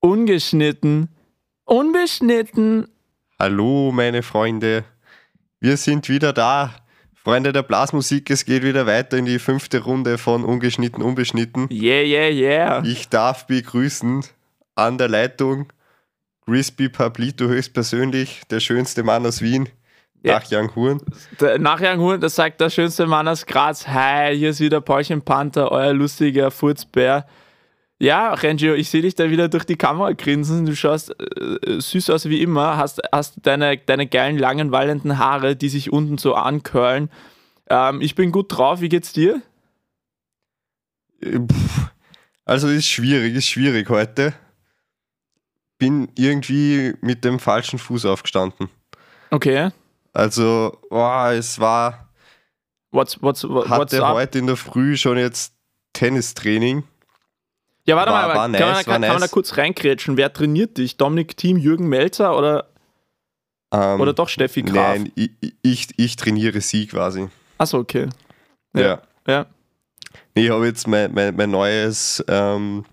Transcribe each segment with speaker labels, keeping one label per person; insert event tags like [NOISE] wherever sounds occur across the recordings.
Speaker 1: Ungeschnitten. Unbeschnitten.
Speaker 2: Hallo, meine Freunde. Wir sind wieder da. Freunde der Blasmusik, es geht wieder weiter in die fünfte Runde von Ungeschnitten, Unbeschnitten.
Speaker 1: Yeah, yeah, yeah.
Speaker 2: Ich darf begrüßen an der Leitung Crispy Pablito höchstpersönlich, der schönste Mann aus Wien,
Speaker 1: Ja.
Speaker 2: nach Young Huren.
Speaker 1: Der Nachgang Huren, das sagt der schönste Mann aus Graz. Hi, hier ist wieder Paulchen Panther, euer lustiger Furzbär. Ja, Renjo, ich sehe dich da wieder durch die Kamera grinsen. Du schaust äh, süß aus wie immer, hast, hast deine, deine geilen, langen, wallenden Haare, die sich unten so ankörlen. Ähm, ich bin gut drauf, wie geht's dir?
Speaker 2: Äh, pff. Also ist schwierig, ist schwierig heute. Bin irgendwie mit dem falschen Fuß aufgestanden.
Speaker 1: Okay.
Speaker 2: Also, boah, es war,
Speaker 1: What's, what's, what's
Speaker 2: hatte
Speaker 1: up?
Speaker 2: heute in der Früh schon jetzt Tennistraining.
Speaker 1: Ja, warte
Speaker 2: War-
Speaker 1: mal,
Speaker 2: war
Speaker 1: kann,
Speaker 2: nice,
Speaker 1: man,
Speaker 2: war
Speaker 1: kann, kann man da
Speaker 2: nice.
Speaker 1: kurz reinkrätschen? Wer trainiert dich? Dominik Team, Jürgen Melzer oder,
Speaker 2: Ähm,
Speaker 1: oder doch Steffi Graf?
Speaker 2: Nein, ich, ich, ich trainiere sie quasi.
Speaker 1: Achso, okay. Ja.
Speaker 2: Ja.
Speaker 1: Ja.
Speaker 2: Nee, ich habe jetzt mein, mein, mein neues ähm,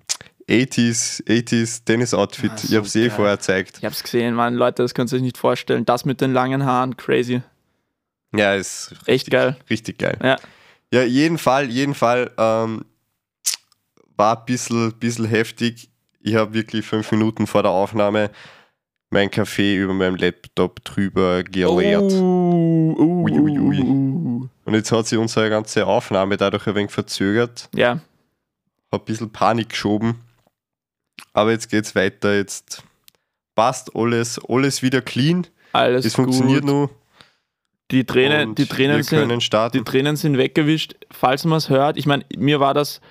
Speaker 2: 80s, 80s Tennis-Outfit.
Speaker 1: Ah,
Speaker 2: ich habe es eh
Speaker 1: super.
Speaker 2: vorher gezeigt.
Speaker 1: Ich hab's gesehen, Mann, Leute, das könnt ihr euch nicht vorstellen. Das mit den langen Haaren, crazy.
Speaker 2: Ja, ist richtig,
Speaker 1: Echt geil.
Speaker 2: richtig geil.
Speaker 1: Ja.
Speaker 2: Ja, jeden Fall, jeden Fall ähm, war ein bisschen, bisschen heftig. Ich habe wirklich fünf Minuten vor der Aufnahme meinen Kaffee über meinem Laptop drüber geleert.
Speaker 1: Oh, oh,
Speaker 2: Ui, ui, ui.
Speaker 1: oh, oh.
Speaker 2: Und jetzt hat sich unsere ganze Aufnahme dadurch ein wenig verzögert.
Speaker 1: Ja,
Speaker 2: Hat ein bisschen Panik geschoben. Aber jetzt geht's weiter. Jetzt passt alles, alles wieder clean.
Speaker 1: alles
Speaker 2: Es funktioniert
Speaker 1: gut.
Speaker 2: nur.
Speaker 1: Die Tränen,
Speaker 2: und
Speaker 1: die Tränen
Speaker 2: wir
Speaker 1: sind
Speaker 2: können starten.
Speaker 1: die Tränen sind weggewischt, falls man es hört. Ich meine, mir war das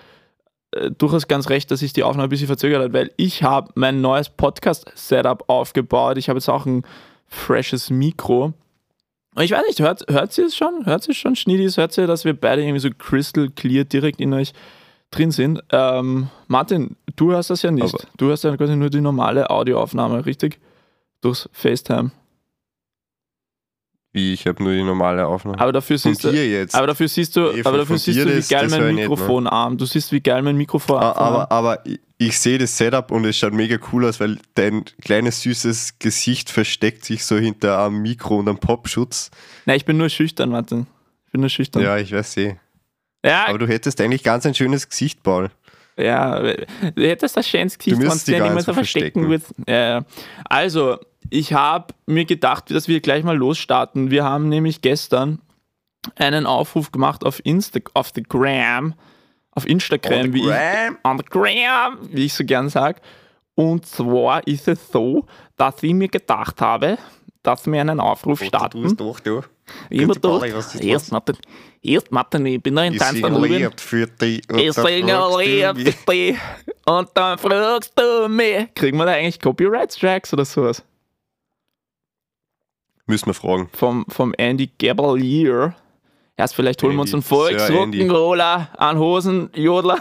Speaker 1: äh, durchaus ganz recht, dass sich die Aufnahme ein bisschen verzögert hat, weil ich habe mein neues Podcast-Setup aufgebaut. Ich habe jetzt auch ein freshes Mikro. Und ich weiß nicht, hört, hört sie es schon? Hört sie es schon, Schniedis? Hört sie, dass wir beide irgendwie so crystal clear direkt in euch drin sind? Ähm, Martin, du hast das ja nicht.
Speaker 2: Aber-
Speaker 1: du hast ja quasi nur die normale Audioaufnahme, richtig? Durchs FaceTime.
Speaker 2: Wie, ich habe nur die normale Aufnahme.
Speaker 1: Aber dafür
Speaker 2: Von
Speaker 1: siehst du.
Speaker 2: dir jetzt.
Speaker 1: Aber dafür siehst du,
Speaker 2: Nee, von-
Speaker 1: aber dafür
Speaker 2: von
Speaker 1: siehst
Speaker 2: dir
Speaker 1: du, wie
Speaker 2: das-
Speaker 1: geil
Speaker 2: das
Speaker 1: mein
Speaker 2: hör ich nicht, ne?
Speaker 1: Mikrofonarm. Du siehst, wie geil mein Mikrofonarm.
Speaker 2: aber, aber, aber ich, ich sehe das Setup und es schaut mega cool aus, weil dein kleines süßes Gesicht versteckt sich so hinter einem Mikro und einem Popschutz.
Speaker 1: Nein, ich bin nur schüchtern, Martin. Ich bin nur schüchtern.
Speaker 2: Ja, ich weiß eh.
Speaker 1: ja,
Speaker 2: Aber du hättest eigentlich ganz ein schönes Gesicht, Paul.
Speaker 1: ja. Du hättest das schönste Gesicht,
Speaker 2: müsstest
Speaker 1: wenn du dir
Speaker 2: dich gar
Speaker 1: nicht mehr
Speaker 2: nicht
Speaker 1: so
Speaker 2: so
Speaker 1: verstecken würdest. Ja, ja. Also, ich habe mir gedacht, dass wir gleich mal losstarten. Wir haben nämlich gestern einen Aufruf gemacht auf Insta, auf the Gram, auf Instagram, wie ich,
Speaker 2: Oh, Gram.
Speaker 1: on the gram, wie ich so gern sage. Und zwar ist es so, dass ich mir gedacht habe, dass wir einen Aufruf starten.
Speaker 2: doch, du.
Speaker 1: Immer
Speaker 2: Gott,
Speaker 1: dort.
Speaker 2: Pauli, was ist
Speaker 1: Erst Martin, erst Martin, ich bin da in
Speaker 2: Ich singe
Speaker 1: Tanzanlubien.
Speaker 2: lieb für dich. und
Speaker 1: Ich
Speaker 2: dann
Speaker 1: singe
Speaker 2: fragst du
Speaker 1: lieb
Speaker 2: mich.
Speaker 1: für dich und dann fragst du mich. Kriegen wir da eigentlich Copyright-Strikes oder sowas?
Speaker 2: Müssen wir fragen.
Speaker 1: Vom, vom Andy Gabalier. Erst vielleicht holen wir uns einen
Speaker 2: Andy, Sir Andy.
Speaker 1: Volksrock'n'Roller an Hosen, [LAUGHS] Jodler.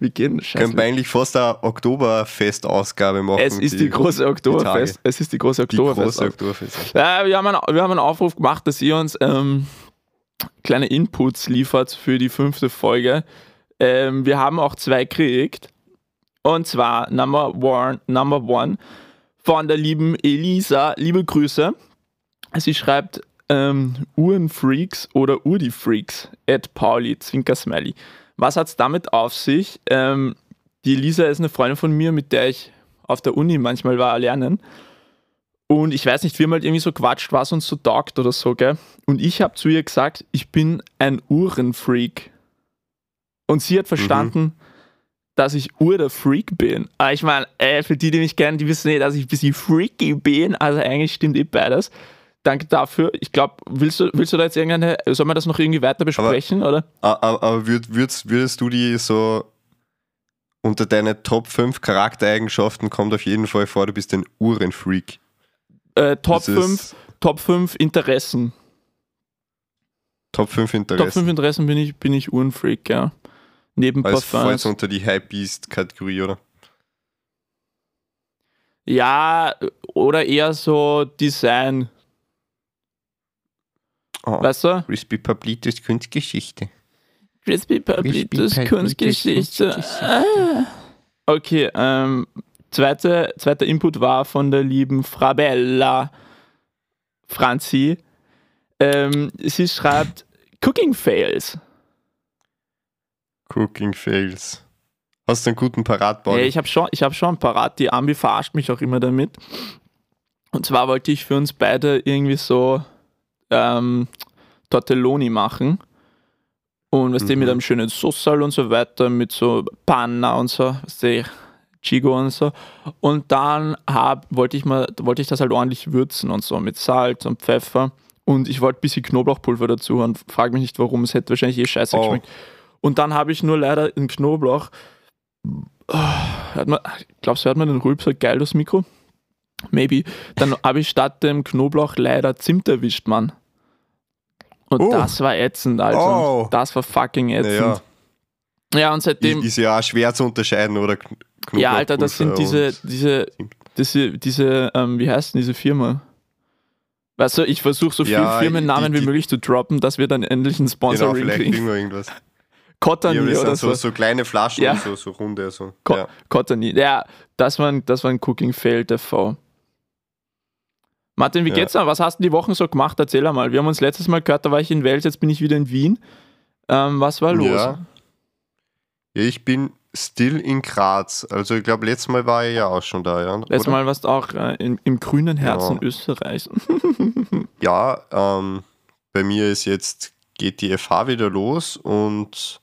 Speaker 1: Wir gehen, scheiße.
Speaker 2: Können wir eigentlich fast eine Oktoberfest-Ausgabe machen?
Speaker 1: Es ist die große Oktoberfest. Es ist die große
Speaker 2: Die große
Speaker 1: Oktoberfest.
Speaker 2: Oktoberfest.
Speaker 1: Ja, wir, haben einen, wir haben einen Aufruf gemacht, dass ihr uns ähm, kleine Inputs liefert für die fünfte Folge. Ähm, wir haben auch zwei gekriegt. Und zwar Number One, Number One von der lieben Elisa. Liebe Grüße. Sie schreibt ähm, Uhrenfreaks oder Urdifreaks at Pauli, Zwinker Smiley. Was hat es damit auf sich? Ähm, die Elisa ist eine Freundin von mir, mit der ich auf der Uni manchmal war lernen. Und ich weiß nicht, wir haben halt irgendwie so quatscht, was uns so taugt oder so, gell? Und ich habe zu ihr gesagt, ich bin ein Uhrenfreak. Und sie hat
Speaker 2: Mhm.
Speaker 1: verstanden, dass ich Uhr der Freak bin. Aber ich meine, äh, für die, die mich kennen, die wissen eh, dass ich ein bisschen freaky bin. Also eigentlich stimmt eh beides. Danke dafür. Ich glaube, willst du, willst du da jetzt irgendeine, soll man das noch irgendwie weiter besprechen, oder?
Speaker 2: Aber, aber, aber würd, würdest, würdest du die so unter deine Top 5 Charaktereigenschaften kommt auf jeden Fall vor, du bist ein Uhrenfreak.
Speaker 1: Äh, Top,
Speaker 2: Das ist
Speaker 1: 5, Top 5 Interessen.
Speaker 2: Top
Speaker 1: Top
Speaker 2: 5
Speaker 1: 5
Speaker 2: Interessen.
Speaker 1: Interessen bin ich, bin ich Uhrenfreak, ja. Neben
Speaker 2: Also fällt
Speaker 1: Parfums.
Speaker 2: unter die Hype Beast-Kategorie, oder?
Speaker 1: Ja, oder eher so Design,
Speaker 2: Oh.
Speaker 1: weißt du?
Speaker 2: Crispy Pablitos Kunstgeschichte.
Speaker 1: Crispy Pablitos
Speaker 2: Crispy Pablitos
Speaker 1: Kunstgeschichte.
Speaker 2: Kunstgeschichte.
Speaker 1: Ah. Okay, ähm, zweite, zweiter Input war von der lieben Frabella Franzi. Ähm, sie schreibt Cooking Fails.
Speaker 2: Cooking Fails. Hast du einen guten Paratball?
Speaker 1: Ja, ich habe schon, ich hab schon parat. Die Ambi verarscht mich auch immer damit. Und zwar wollte ich für uns beide irgendwie so ähm, Tortelloni machen. Und was mhm.
Speaker 2: Mhm.
Speaker 1: mit einem schönen Sussal und so weiter, mit so Panna und so, was die Chigo und so. Und dann hab, wollte ich mal, wollte ich das halt ordentlich würzen und so mit Salz und Pfeffer. Und ich wollte ein bisschen Knoblauchpulver dazu und frag mich nicht warum, es hätte wahrscheinlich eh scheiße
Speaker 2: Oh.
Speaker 1: geschmeckt. Und dann habe ich nur leider den Knoblauch. Oh, hört man, glaubst du, hört man den Rülpser geil das Mikro? Maybe. Dann habe ich statt dem Knoblauch leider Zimt erwischt, Mann. Und
Speaker 2: Oh.
Speaker 1: das war ätzend, Alter.
Speaker 2: Oh.
Speaker 1: Das war fucking ätzend.
Speaker 2: naja,
Speaker 1: Ja, und seitdem.
Speaker 2: ist ja auch schwer zu unterscheiden, oder? Kn-
Speaker 1: ja, Alter, das sind
Speaker 2: Knoblauchpulver
Speaker 1: diese, diese,
Speaker 2: Zimt.
Speaker 1: diese, diese, ähm, wie heißt denn diese Firma? Weißt du, ich versuche so viele
Speaker 2: Ja,
Speaker 1: Firmennamen
Speaker 2: die-
Speaker 1: wie
Speaker 2: die-
Speaker 1: möglich zu droppen, dass wir dann endlich ein
Speaker 2: und- Genau,
Speaker 1: Sponsoring
Speaker 2: vielleicht kriegen
Speaker 1: kriegen. [LAUGHS]
Speaker 2: wir irgendwas. Ja,
Speaker 1: Cottony
Speaker 2: das
Speaker 1: oder
Speaker 2: sind
Speaker 1: so.
Speaker 2: so, so kleine Flaschen,
Speaker 1: Ja.
Speaker 2: so, so runde. So.
Speaker 1: Co
Speaker 2: Ja.
Speaker 1: Cottony. Ja, das war ein, das war ein Cooking Fail TV. Martin, wie
Speaker 2: Ja.
Speaker 1: geht's dir? Was hast du die Wochen so gemacht? Erzähl einmal. Wir haben uns letztes Mal gehört, da war ich in Wels, jetzt bin ich wieder in Wien. Ähm, was war los?
Speaker 2: Ja. ja, ich bin still in Graz. Also ich glaube, letztes Mal war ich ja auch schon da, ja.
Speaker 1: Letztes
Speaker 2: oder?
Speaker 1: Mal warst du auch äh, im- im grünen Herzen
Speaker 2: Ja.
Speaker 1: Österreichs. [LAUGHS]
Speaker 2: Ja, ähm, bei mir ist jetzt, geht die FH wieder los und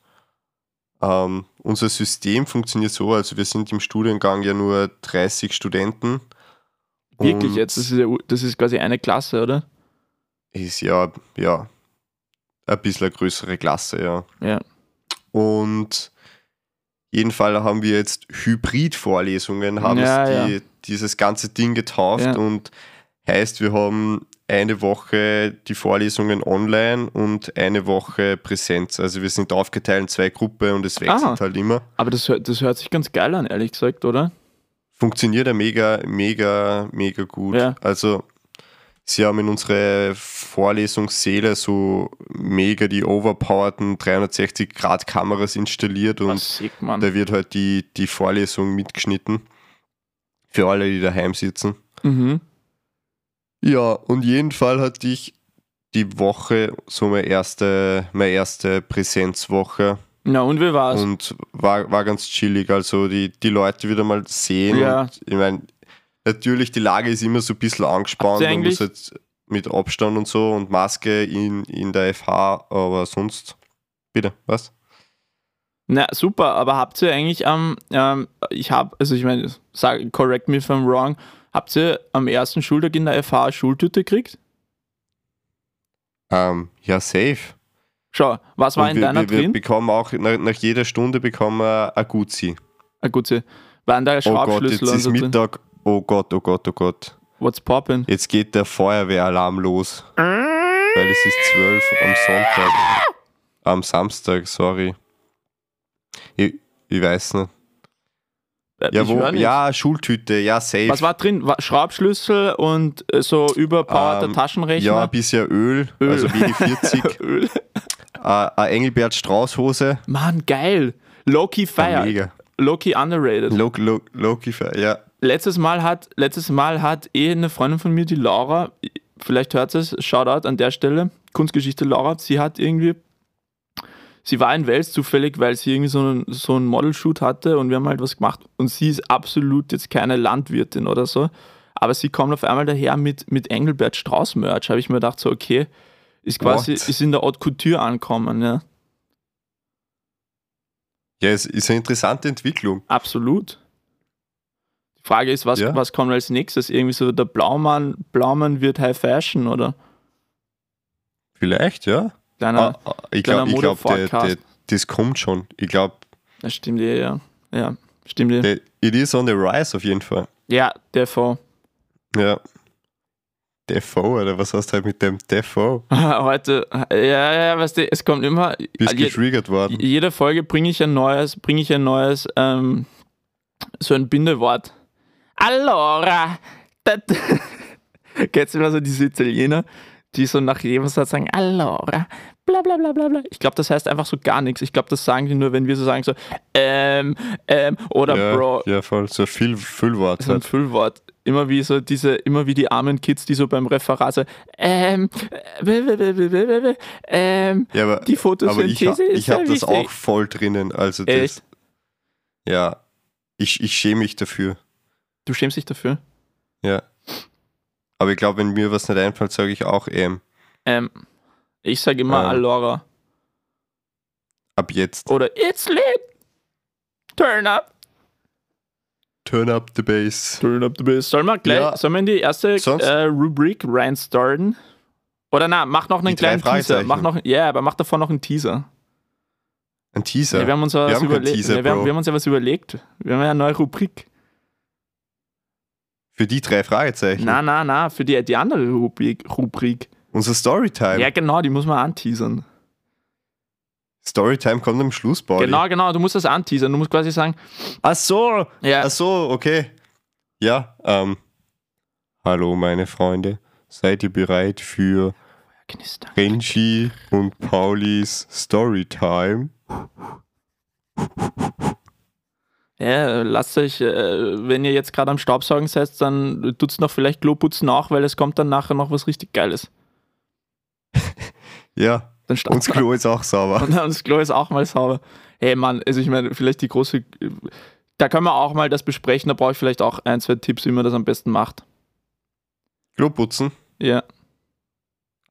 Speaker 2: ähm, unser System funktioniert so, also wir sind im Studiengang ja nur 30 Studenten.
Speaker 1: Wirklich
Speaker 2: Und
Speaker 1: jetzt? Das ist, ja, u- das ist quasi eine Klasse, oder?
Speaker 2: Ist ja, ja, ein bisschen eine größere Klasse, ja.
Speaker 1: Ja.
Speaker 2: Und jeden Fall haben wir jetzt Hybrid-Vorlesungen, haben
Speaker 1: Ja,
Speaker 2: es die, dieses ganze Ding getauft
Speaker 1: Ja.
Speaker 2: und heißt, wir haben eine Woche die Vorlesungen online und eine Woche Präsenz. Also wir sind aufgeteilt in zwei Gruppen und es wechselt
Speaker 1: Aha.
Speaker 2: halt immer.
Speaker 1: Aber das, hört- das hört sich ganz geil an, ehrlich gesagt, oder?
Speaker 2: Funktioniert ja mega, mega, mega gut.
Speaker 1: Ja.
Speaker 2: Also sie haben in unsere Vorlesungssäle so mega die overpowerten 360-Grad-Kameras installiert und
Speaker 1: Was sieht man?
Speaker 2: Da wird halt die, die Vorlesung mitgeschnitten. Für alle, die daheim sitzen.
Speaker 1: Mhm.
Speaker 2: Ja, und jeden Fall hatte ich die Woche so meine erste, meine erste Präsenzwoche
Speaker 1: Na und wie war's?
Speaker 2: und war, war ganz chillig. Also die, die Leute wieder mal sehen.
Speaker 1: Ja.
Speaker 2: Und ich meine, natürlich, die Lage ist immer so ein bisschen angespannt.
Speaker 1: Habt ihr
Speaker 2: Man muss
Speaker 1: eigentlich-
Speaker 2: halt mit Abstand und so und Maske in, in der FH, aber sonst. Bitte, was?
Speaker 1: Na super, aber habt ihr eigentlich am, ähm, ich habe, also ich meine, sag- correct me if I'm wrong, habt ihr am ersten Schultag in der FH Schultüte gekriegt?
Speaker 2: Ähm, ja, safe.
Speaker 1: Schau, was war
Speaker 2: Und
Speaker 1: in
Speaker 2: wir,
Speaker 1: deiner
Speaker 2: wir, wir
Speaker 1: drin?
Speaker 2: bekommen auch, nach, nach jeder Stunde bekommen wir ein Guzi.
Speaker 1: Ah gut, sie waren da
Speaker 2: Oh Gott, jetzt
Speaker 1: Schraubschlüssel und
Speaker 2: ist
Speaker 1: so drin.
Speaker 2: Mittag. Oh Gott, oh Gott, oh Gott.
Speaker 1: What's poppin'?
Speaker 2: Jetzt geht der Feuerwehralarm los. Weil es ist 12 am Sonntag. Am Samstag, sorry. Ich, ich weiß nicht.
Speaker 1: Äh,
Speaker 2: Ja,
Speaker 1: ich
Speaker 2: wo,
Speaker 1: hör nicht.
Speaker 2: ja, Schultüte, ja, safe.
Speaker 1: Was war drin? Wa- Schraubschlüssel und äh, so überpowerter
Speaker 2: Ähm, ja, ein
Speaker 1: Taschenrechner?
Speaker 2: bisschen Öl,
Speaker 1: Öl. [LAUGHS]
Speaker 2: also WD-40.
Speaker 1: Öl.
Speaker 2: äh, eine Engelbert Strauß-Hose.
Speaker 1: Mann, geil. Loki feiert.
Speaker 2: Mega.
Speaker 1: Loki underrated.
Speaker 2: Loki, Loki, ja.
Speaker 1: letztes Mal hat, letztes Mal hat eh eine Freundin von mir, die Laura, vielleicht hört es, Shoutout an der Stelle, Kunstgeschichte Laura, sie hat irgendwie, sie war in Wels zufällig, weil sie irgendwie so einen, so einen Model-Shoot hatte und wir haben halt was gemacht und sie ist absolut jetzt keine Landwirtin oder so, aber sie kommt auf einmal daher mit, mit Engelbert Strauß-Merch, habe ich mir gedacht so, okay, ist quasi,
Speaker 2: What?
Speaker 1: ist in der Haute Couture ankommen, ja,
Speaker 2: Ja, es ist eine interessante Entwicklung.
Speaker 1: absolut. Die Frage ist, was,
Speaker 2: Ja.
Speaker 1: was kommt als nächstes? Irgendwie so der Blaumann, Blaumann wird High Fashion, oder?
Speaker 2: Vielleicht, ja.
Speaker 1: Kleiner,
Speaker 2: Ah, ah, ich
Speaker 1: kleiner
Speaker 2: glaube, glaub, der- der-
Speaker 1: Modeforecast.
Speaker 2: das kommt schon. Ich glaube,
Speaker 1: das stimmt eh, ja. Ja, stimmt eh.
Speaker 2: it is on the rise auf jeden Fall.
Speaker 1: Ja, der V.
Speaker 2: Ja. Defo, oder was hast du halt mit dem Defo?
Speaker 1: [LAUGHS] Heute, ja, ja, weißt du, es kommt immer, also
Speaker 2: Bist
Speaker 1: je,
Speaker 2: getriggert worden.
Speaker 1: jede Folge bringe ich ein neues, bringe ich ein neues, ähm, so ein Bindewort. allora. [LAUGHS] Kennst du immer so diese Italiener, die so nach jedem Satz sagen, allora, bla bla bla bla bla. Ich glaube, das heißt einfach so gar nichts. Ich glaube, das sagen die nur, wenn wir so sagen, so, ähm, ähm, oder
Speaker 2: ja,
Speaker 1: Bro.
Speaker 2: ja, voll. So viel Füllwort.
Speaker 1: So ein [LAUGHS]
Speaker 2: halt.
Speaker 1: Füllwort. Immer wie so diese, immer wie die armen Kids, die so beim Referat so, ähm, äh, bl- bl- bl- bl- bl- bl- ähm,
Speaker 2: Ja, aber,
Speaker 1: die
Speaker 2: aber ich,
Speaker 1: Photosynthese
Speaker 2: ha-
Speaker 1: ist
Speaker 2: ich habe
Speaker 1: sehr
Speaker 2: das auch
Speaker 1: wichtig.
Speaker 2: voll drinnen. Also das,
Speaker 1: Echt?
Speaker 2: Ja. Ich, ich schäme mich dafür.
Speaker 1: Du schämst dich dafür?
Speaker 2: Ja. Aber ich glaube, wenn mir was nicht einfällt, sage ich auch ähm.
Speaker 1: Ähm, ich sage immer
Speaker 2: Ähm.
Speaker 1: Allora.
Speaker 2: Ab jetzt.
Speaker 1: Oder It's lit. Turn up.
Speaker 2: Turn up the bass.
Speaker 1: Turn up the bass. Sollen wir gleich,
Speaker 2: Ja.
Speaker 1: sollen wir in die erste
Speaker 2: Sonst-
Speaker 1: äh, Rubrik reinstarten? Oder na, mach noch einen
Speaker 2: Die drei
Speaker 1: kleinen Teaser.
Speaker 2: Fragezeichen.
Speaker 1: Mach noch, ja, aber mach davon noch einen Teaser.
Speaker 2: Ein Teaser.
Speaker 1: Ja, wir haben uns ja
Speaker 2: Wir
Speaker 1: was
Speaker 2: haben keinen
Speaker 1: überlegt.
Speaker 2: Teaser,
Speaker 1: Ja, wir, haben,
Speaker 2: Bro.
Speaker 1: wir haben uns ja was überlegt. Wir haben ja eine neue Rubrik.
Speaker 2: Für die drei Fragezeichen.
Speaker 1: Na, na, na, für die, die andere Rubrik. Rubrik.
Speaker 2: Unser Storytime.
Speaker 1: Ja, genau, die muss man anteasern.
Speaker 2: Storytime kommt am Schluss, Pauli.
Speaker 1: Genau, genau, du musst das anteasern. Du musst quasi sagen,
Speaker 2: Ach so.
Speaker 1: ja,
Speaker 2: Ach so, okay. Ja, ähm. Hallo, meine Freunde. Seid ihr bereit für
Speaker 1: knistern.
Speaker 2: Renji und Paulis Storytime?
Speaker 1: Ja, lasst euch, äh, wenn ihr jetzt gerade am Staubsaugen seid, dann tut's noch vielleicht Kloputzen auch, weil es kommt dann nachher noch was richtig Geiles.
Speaker 2: Ja,
Speaker 1: Dann [LAUGHS] starten
Speaker 2: uns Klo ist auch sauber.
Speaker 1: Und dann das Klo ist auch mal sauber. Hey Mann, also ich meine, vielleicht die große. Da können wir auch mal das besprechen, da brauche ich vielleicht auch ein, zwei Tipps, wie man das am besten macht.
Speaker 2: Klo putzen.
Speaker 1: Ja.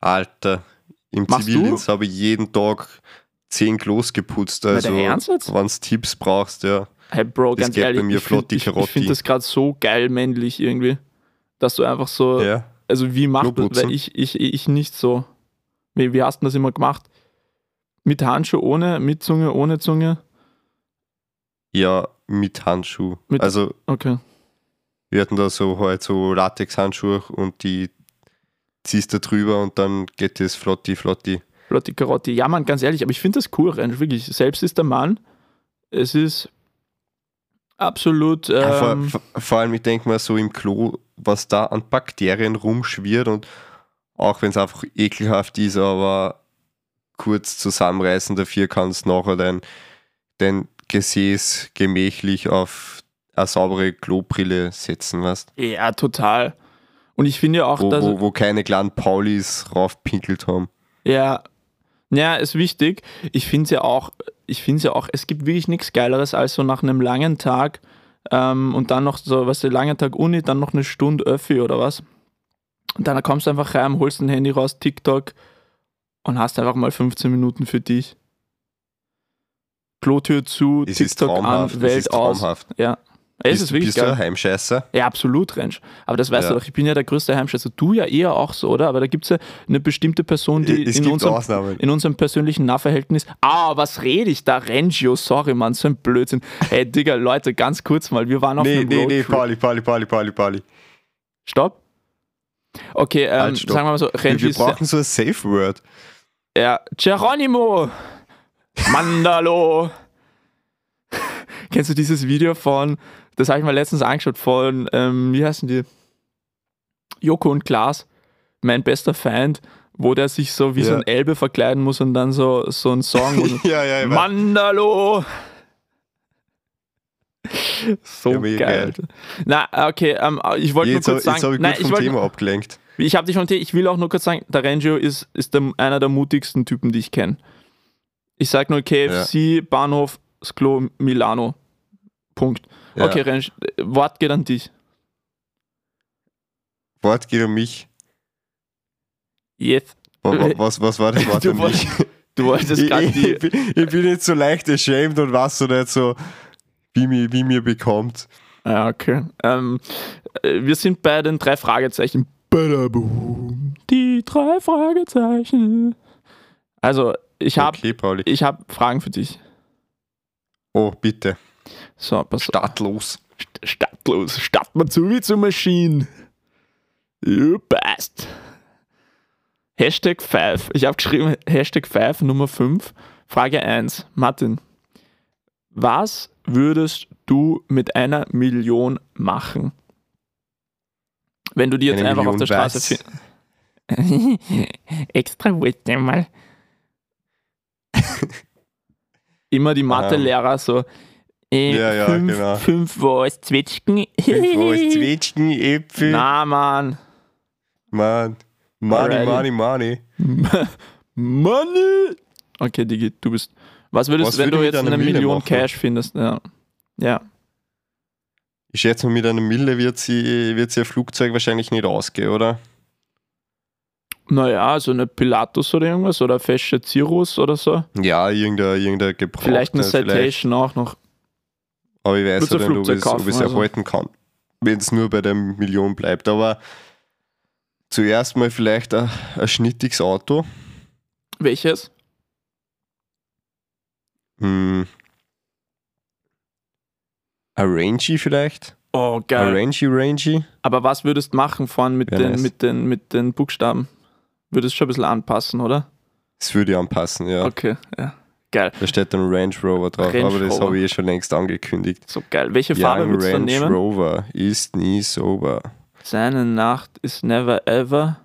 Speaker 2: Alter, im
Speaker 1: Machst
Speaker 2: Zivildienst habe ich jeden Tag zehn Klos geputzt.
Speaker 1: dein
Speaker 2: Also,
Speaker 1: Ernst jetzt?
Speaker 2: wenn du Tipps brauchst, ja.
Speaker 1: Hey Bro,
Speaker 2: Das
Speaker 1: ganz
Speaker 2: geht
Speaker 1: ehrlich,
Speaker 2: bei mir
Speaker 1: ich find-
Speaker 2: flott, die
Speaker 1: ich, ich
Speaker 2: Karotti.
Speaker 1: finde das gerade so geil männlich irgendwie, dass du einfach so,
Speaker 2: Ja.
Speaker 1: also wie macht das,
Speaker 2: Kloputzen.
Speaker 1: weil ich, ich, ich nicht so. Wie, wie hast du das immer gemacht? Mit Handschuh, ohne, mit Zunge, ohne Zunge?
Speaker 2: Ja, mit Handschuh.
Speaker 1: Mit-
Speaker 2: also,
Speaker 1: Okay.
Speaker 2: wir hatten da so halt so Latex-Handschuhe und die ziehst da drüber und dann geht das flotti, flotti.
Speaker 1: Lotti Karotti. Ja, Mann, ganz ehrlich, aber ich finde das cool, Rensch, wirklich. Selbst ist der Mann. Es ist absolut. Ähm,
Speaker 2: Ja, vor, vor- vor allem, ich denke mal, so im Klo, was da an Bakterien rumschwirrt und auch wenn es einfach ekelhaft ist, aber kurz zusammenreißen, dafür kannst du nachher dein, dein Gesäß gemächlich auf eine saubere Klobrille setzen, weißt
Speaker 1: ja, total. Und ich finde ja auch,
Speaker 2: wo,
Speaker 1: dass.
Speaker 2: wo, wo keine kleinen Paulis raufpinkelt haben.
Speaker 1: Ja, ja, ist wichtig. Ich finde es ja auch, ich finde es ja auch, es gibt wirklich nichts Geileres als so nach einem langen Tag ähm, und dann noch so, weißt du, langer Tag Uni, dann noch eine Stunde Öffi oder was. Und dann kommst du einfach heim, holst dein Handy raus, TikTok und hast einfach mal 15 Minuten für dich. Klotür zu,
Speaker 2: Es ist
Speaker 1: TikTok
Speaker 2: traumhaft.
Speaker 1: an,
Speaker 2: es
Speaker 1: Welt
Speaker 2: ist
Speaker 1: aus.
Speaker 2: traumhaft.
Speaker 1: Ja, es ist
Speaker 2: bist
Speaker 1: wirklich
Speaker 2: bist du
Speaker 1: geil.
Speaker 2: ein Heimscheißer?
Speaker 1: Ja, absolut, Rensch. Aber das weißt
Speaker 2: Ja.
Speaker 1: du doch, ich bin ja der größte Heimscheißer. Du ja eher auch so, oder? Aber da gibt es ja eine bestimmte Person, die
Speaker 2: es
Speaker 1: in
Speaker 2: gibt
Speaker 1: unserem,
Speaker 2: Ausnahmen.
Speaker 1: in unserem persönlichen Nahverhältnis. Ah, was rede ich da? Rengio, sorry, Mann, so ein Blödsinn. Ey, Digga, Leute, ganz kurz mal, wir waren auf
Speaker 2: Nee,
Speaker 1: einem
Speaker 2: nee, nee,
Speaker 1: Roadtrip.
Speaker 2: Pauli, Pauli, Pauli, Pauli, Pauli.
Speaker 1: Stopp. Okay, ähm,
Speaker 2: Halt, stopp.
Speaker 1: sagen wir mal so,
Speaker 2: Wir,
Speaker 1: Renji
Speaker 2: wir
Speaker 1: ist der-
Speaker 2: brauchen so ein Safe Word.
Speaker 1: Ja, Geronimo! Mandalo! [LAUGHS] Kennst du dieses Video von, das habe ich mir letztens angeschaut, von, ähm, wie heißen die? Joko und Klaas, mein bester Feind, wo der sich so wie so
Speaker 2: Ja.
Speaker 1: ein Elbe verkleiden muss und dann so, so einen Song.
Speaker 2: [LAUGHS]
Speaker 1: Und
Speaker 2: ja, ja, ich weiß.
Speaker 1: Mandalo! So
Speaker 2: Ja,
Speaker 1: geil.
Speaker 2: mega geil.
Speaker 1: Alter. Na, okay, ähm, ich wollte nur
Speaker 2: Jetzt, hab-
Speaker 1: kurz
Speaker 2: jetzt habe
Speaker 1: sagen,
Speaker 2: ich
Speaker 1: nein,
Speaker 2: gut
Speaker 1: ich
Speaker 2: vom
Speaker 1: wollte
Speaker 2: Thema abgelenkt.
Speaker 1: ich habe dich vom Tee. Ich will auch nur kurz sagen, der Rengio ist, ist der, einer der mutigsten Typen, die ich kenne. Ich sag nur KFC, Bahnhof, Sklo, Milano. Punkt.
Speaker 2: Ja.
Speaker 1: Okay, Rengio, Wort geht an dich.
Speaker 2: Wort geht um mich.
Speaker 1: Yes.
Speaker 2: Wa- wa- Was, was war das Wort
Speaker 1: Äh, [LAUGHS] Du
Speaker 2: um mich?
Speaker 1: Du wolltest
Speaker 2: [LAUGHS] Ich,
Speaker 1: gerade
Speaker 2: ich,
Speaker 1: die.
Speaker 2: ich, bin- ich bin jetzt so leicht ashamed und weiß so nicht so, wie mir, wie mir bekommt.
Speaker 1: Ja, okay. Ähm, äh, wir sind bei den drei Fragezeichen. Badaboom. Die drei Fragezeichen. Also, ich habe
Speaker 2: Okay, Pauli.
Speaker 1: ich hab Fragen für dich.
Speaker 2: Oh,
Speaker 1: [LAUGHS]
Speaker 2: bitte.
Speaker 1: So, pass
Speaker 2: Startlos.
Speaker 1: St- Stadtlos, statt man zu wie zur Maschine. You best. Hashtag 5. Ich habe geschrieben Hashtag 5, Nummer 5. Frage 1. Martin, was würdest du mit einer Million machen? Wenn du die jetzt
Speaker 2: Eine
Speaker 1: einfach auf der
Speaker 2: Million
Speaker 1: Straße
Speaker 2: Bytes.
Speaker 1: findest. [LAUGHS] Extra wollte mal. Immer die Mathelehrer so. Äh,
Speaker 2: Ja, ja,
Speaker 1: fünf,
Speaker 2: genau.
Speaker 1: fünf was, Zwetschgen.
Speaker 2: Fünf
Speaker 1: [LAUGHS]
Speaker 2: Euro ist Zwetschgen, Äpfel.
Speaker 1: Na, Mann.
Speaker 2: Mann. Money,
Speaker 1: Alrighty.
Speaker 2: money, money.
Speaker 1: Money! Okay, Digi, du bist. Was würdest
Speaker 2: Was
Speaker 1: du, wenn
Speaker 2: würde
Speaker 1: du
Speaker 2: ich
Speaker 1: jetzt
Speaker 2: mit
Speaker 1: eine
Speaker 2: einer Million
Speaker 1: Million
Speaker 2: machen?
Speaker 1: Cash findest? Ja. ja.
Speaker 2: Ich schätze mal, mit einer Mille wird sie, wird sie ihr Flugzeug wahrscheinlich nicht rausgehen, oder?
Speaker 1: Naja, so also eine Pilatus oder irgendwas oder fesche Cirrus oder so.
Speaker 2: Ja, irgendein, irgendein Gebrauch.
Speaker 1: Vielleicht eine Citation auch noch.
Speaker 2: Aber ich weiß
Speaker 1: Würdest du
Speaker 2: ja dann, ob
Speaker 1: Flugzeug
Speaker 2: ich es ob
Speaker 1: kaufen,
Speaker 2: ich's
Speaker 1: also?
Speaker 2: erhalten kann. Wenn es nur bei der Million bleibt. Aber zuerst mal vielleicht ein, ein schnittiges Auto.
Speaker 1: Welches?
Speaker 2: Hm. Ein Rangy vielleicht?
Speaker 1: Oh,
Speaker 2: Ein
Speaker 1: geil.
Speaker 2: Rangy Rangy?
Speaker 1: Aber was würdest du machen vorhin mit,
Speaker 2: Ja,
Speaker 1: den,
Speaker 2: nice.
Speaker 1: mit, den, mit den Buchstaben? Würdest schon ein bisschen anpassen, oder?
Speaker 2: Das würde ja anpassen, ja.
Speaker 1: Okay, ja. Geil.
Speaker 2: Da steht dann Range Rover drauf,
Speaker 1: Range
Speaker 2: aber das
Speaker 1: Rover.
Speaker 2: habe ich eh schon längst angekündigt.
Speaker 1: So geil. Welche Farbe
Speaker 2: Young
Speaker 1: würdest du
Speaker 2: Range
Speaker 1: nehmen?
Speaker 2: Rover ist nie sober.
Speaker 1: Seine Nacht ist never ever.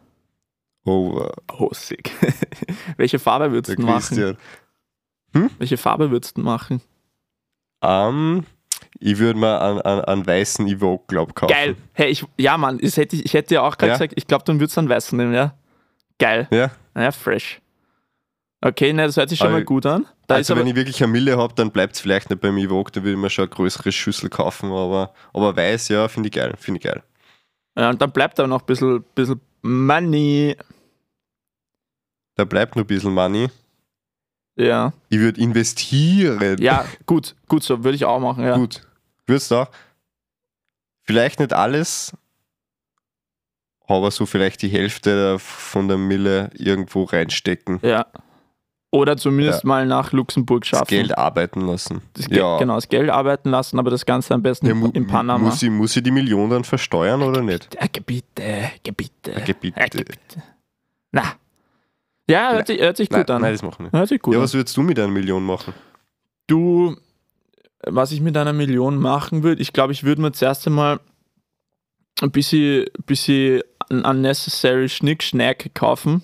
Speaker 2: Over.
Speaker 1: Oh, sick. [LAUGHS] Welche Farbe
Speaker 2: Der
Speaker 1: würdest du machen?
Speaker 2: Christian.
Speaker 1: Welche Farbe würdest du machen?
Speaker 2: Ähm, ich würde mir einen, einen, einen weißen Evoque, glaube ich, kaufen.
Speaker 1: Geil. Hey, ich, ja, Mann, ich hätte, ich hätte ja auch gerade
Speaker 2: Ja.
Speaker 1: gesagt, ich glaube, dann würdest du einen weißen nehmen, ja? Geil.
Speaker 2: Ja.
Speaker 1: Ja, fresh. Okay, ne, das hört sich schon
Speaker 2: Aber-
Speaker 1: mal gut an. Da ist
Speaker 2: also,
Speaker 1: aber,
Speaker 2: wenn ich wirklich eine Mille habe, dann bleibt es vielleicht nicht beim Evoque, dann würde ich mir schon eine größere Schüssel kaufen, aber, aber weiß, ja, finde ich geil, finde ich geil.
Speaker 1: ja, und dann bleibt aber noch ein bisschen, bisschen Money.
Speaker 2: Da bleibt nur ein bisschen Money.
Speaker 1: Ja.
Speaker 2: Ich würde investieren.
Speaker 1: Ja, gut, gut so, würde ich auch machen, ja.
Speaker 2: Gut. Würdest du auch? Vielleicht nicht alles, aber so vielleicht die Hälfte der- von der Mille irgendwo reinstecken.
Speaker 1: Ja. Oder zumindest mal nach Luxemburg
Speaker 2: Das
Speaker 1: schaffen.
Speaker 2: Geld arbeiten lassen.
Speaker 1: Das Geld- Genau, das Geld arbeiten lassen, aber das Ganze am besten
Speaker 2: Ja, mu-
Speaker 1: in, in Panama.
Speaker 2: Muss ich, muss ich die Million dann versteuern oder nicht?
Speaker 1: Ah, Gebiete, Gebiete.
Speaker 2: Ah, Gebiete.
Speaker 1: Ah, Gebiete. Na. Ja, hört sich, hört sich
Speaker 2: Nein,
Speaker 1: gut an.
Speaker 2: nein, das machen wir nicht.
Speaker 1: hört sich gut
Speaker 2: Ja,
Speaker 1: an.
Speaker 2: was würdest du mit einer Million machen?
Speaker 1: Du, was ich mit einer Million machen würde, ich glaube, ich würde mir zuerst einmal ein bisschen, bisschen un- unnecessary Schnickschnack kaufen.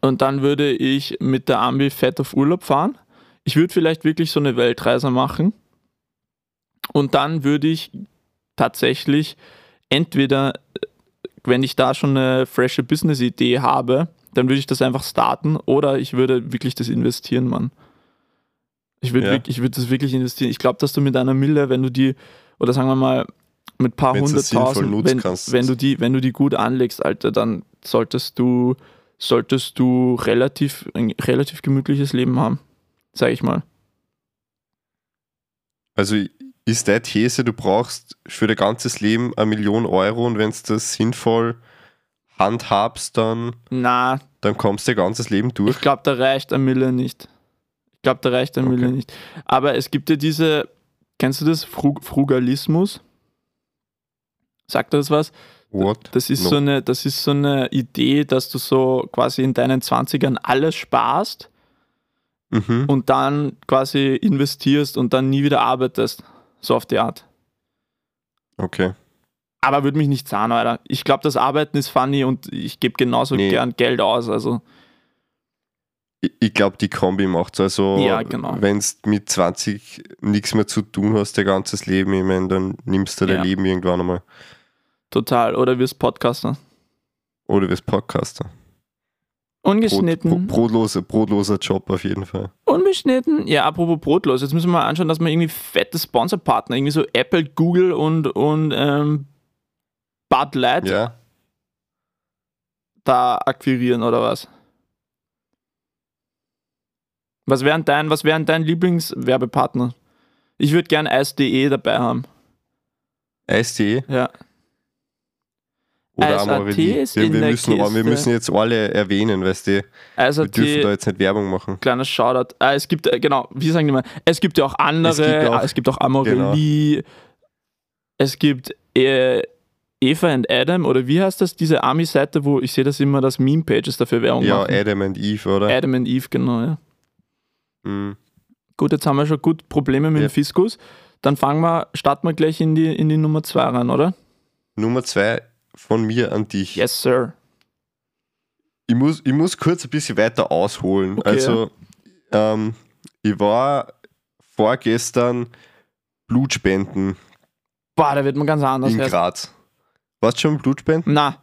Speaker 1: Und dann würde ich mit der Ambi fett auf Urlaub fahren. Ich würde vielleicht wirklich so eine Weltreise machen. Und dann würde ich tatsächlich entweder, äh, wenn ich da schon eine frische Business-Idee habe, dann würde ich das einfach starten oder ich würde wirklich das investieren, Mann. Ich würde
Speaker 2: Ja.
Speaker 1: wirklich- ich würde das wirklich investieren. Ich glaube, dass du mit einer Mille, wenn du die, oder sagen wir mal, mit ein paar
Speaker 2: Wenn's das sinnvoll
Speaker 1: hunderttausend,
Speaker 2: nutzt,
Speaker 1: wenn,
Speaker 2: kannst
Speaker 1: wenn,
Speaker 2: du's.
Speaker 1: du die, wenn du die gut anlegst, Alter, dann solltest du, solltest du relativ, ein relativ gemütliches Leben haben, sage ich mal.
Speaker 2: Also ist deine These, du brauchst für dein ganzes Leben eine Million Euro und wenn du das sinnvoll handhabst, dann,
Speaker 1: Na,
Speaker 2: dann kommst du dein ganzes Leben durch.
Speaker 1: Ich glaube, da reicht ein Mille nicht. Ich glaube, da reicht ein
Speaker 2: Okay.
Speaker 1: Mille nicht. Aber es gibt ja diese, kennst du das? Frug Frugalismus? Sagt dir das was?
Speaker 2: What?
Speaker 1: Das ist,
Speaker 2: No.
Speaker 1: so eine, das ist so eine Idee, dass du so quasi in deinen 20ern alles sparst
Speaker 2: Mhm.
Speaker 1: und dann quasi investierst und dann nie wieder arbeitest. So auf die Art.
Speaker 2: Okay.
Speaker 1: Aber würde mich nicht zahlen, Alter. Ich glaube, das Arbeiten ist funny und ich gebe genauso
Speaker 2: Nee.
Speaker 1: gern Geld aus. Also,
Speaker 2: Ich, ich glaube, die Kombi macht es. Also,
Speaker 1: Ja, genau.
Speaker 2: wenn du mit 20 nichts mehr zu tun hast, dein ganzes Leben, ich mein, dann nimmst du
Speaker 1: Ja.
Speaker 2: dein Leben irgendwann einmal.
Speaker 1: total. Oder wirst Podcaster.
Speaker 2: Oder wirst Podcaster. Brot,
Speaker 1: Ungeschnitten.
Speaker 2: Bro- brotloser, brotloser Job auf jeden Fall.
Speaker 1: Unbeschnitten? Ja, apropos brotlos. Jetzt müssen wir mal anschauen, dass wir irgendwie fette Sponsorpartner, irgendwie so Apple, Google und, und ähm, Bud Light
Speaker 2: Ja.
Speaker 1: da akquirieren oder was? Was wären dein, was wären dein Lieblingswerbepartner? Ich würde gern Eis.de E dabei haben.
Speaker 2: Eis.de
Speaker 1: Ja.
Speaker 2: oder
Speaker 1: Eis.at
Speaker 2: Amorelie.
Speaker 1: ist
Speaker 2: Wir,
Speaker 1: in
Speaker 2: wir,
Speaker 1: der
Speaker 2: müssen, aber wir
Speaker 1: Kiste.
Speaker 2: müssen jetzt alle erwähnen, weißt du. Wir
Speaker 1: Eis.at,
Speaker 2: dürfen da jetzt nicht Werbung machen.
Speaker 1: E, kleiner Shoutout. Ah, es gibt, äh, genau, wie sagen die mal, es gibt ja auch andere,
Speaker 2: Es gibt auch- Genau.
Speaker 1: ah, es gibt auch Amorelie, es gibt äh, Eva and Adam oder wie heißt das, diese Army-Seite, wo ich sehe das immer, dass Meme-Pages dafür Werbung
Speaker 2: Ja,
Speaker 1: machen.
Speaker 2: Adam and Eve, oder?
Speaker 1: Adam and Eve, genau, ja.
Speaker 2: Mhm.
Speaker 1: Gut, jetzt haben wir schon gut Probleme mit
Speaker 2: Ja.
Speaker 1: dem Fiskus. Dann fangen wir, starten wir gleich in die, in die Nummer 2 rein, oder?
Speaker 2: Nummer zwei, von mir an dich.
Speaker 1: Yes, sir.
Speaker 2: Ich, muss, ich muss kurz ein bisschen weiter ausholen.
Speaker 1: Okay.
Speaker 2: Also, ähm, ich war vorgestern Blutspenden
Speaker 1: Boah, da wird man ganz anders.
Speaker 2: in
Speaker 1: erst.
Speaker 2: Graz. Warst du schon Blutspenden?
Speaker 1: Na.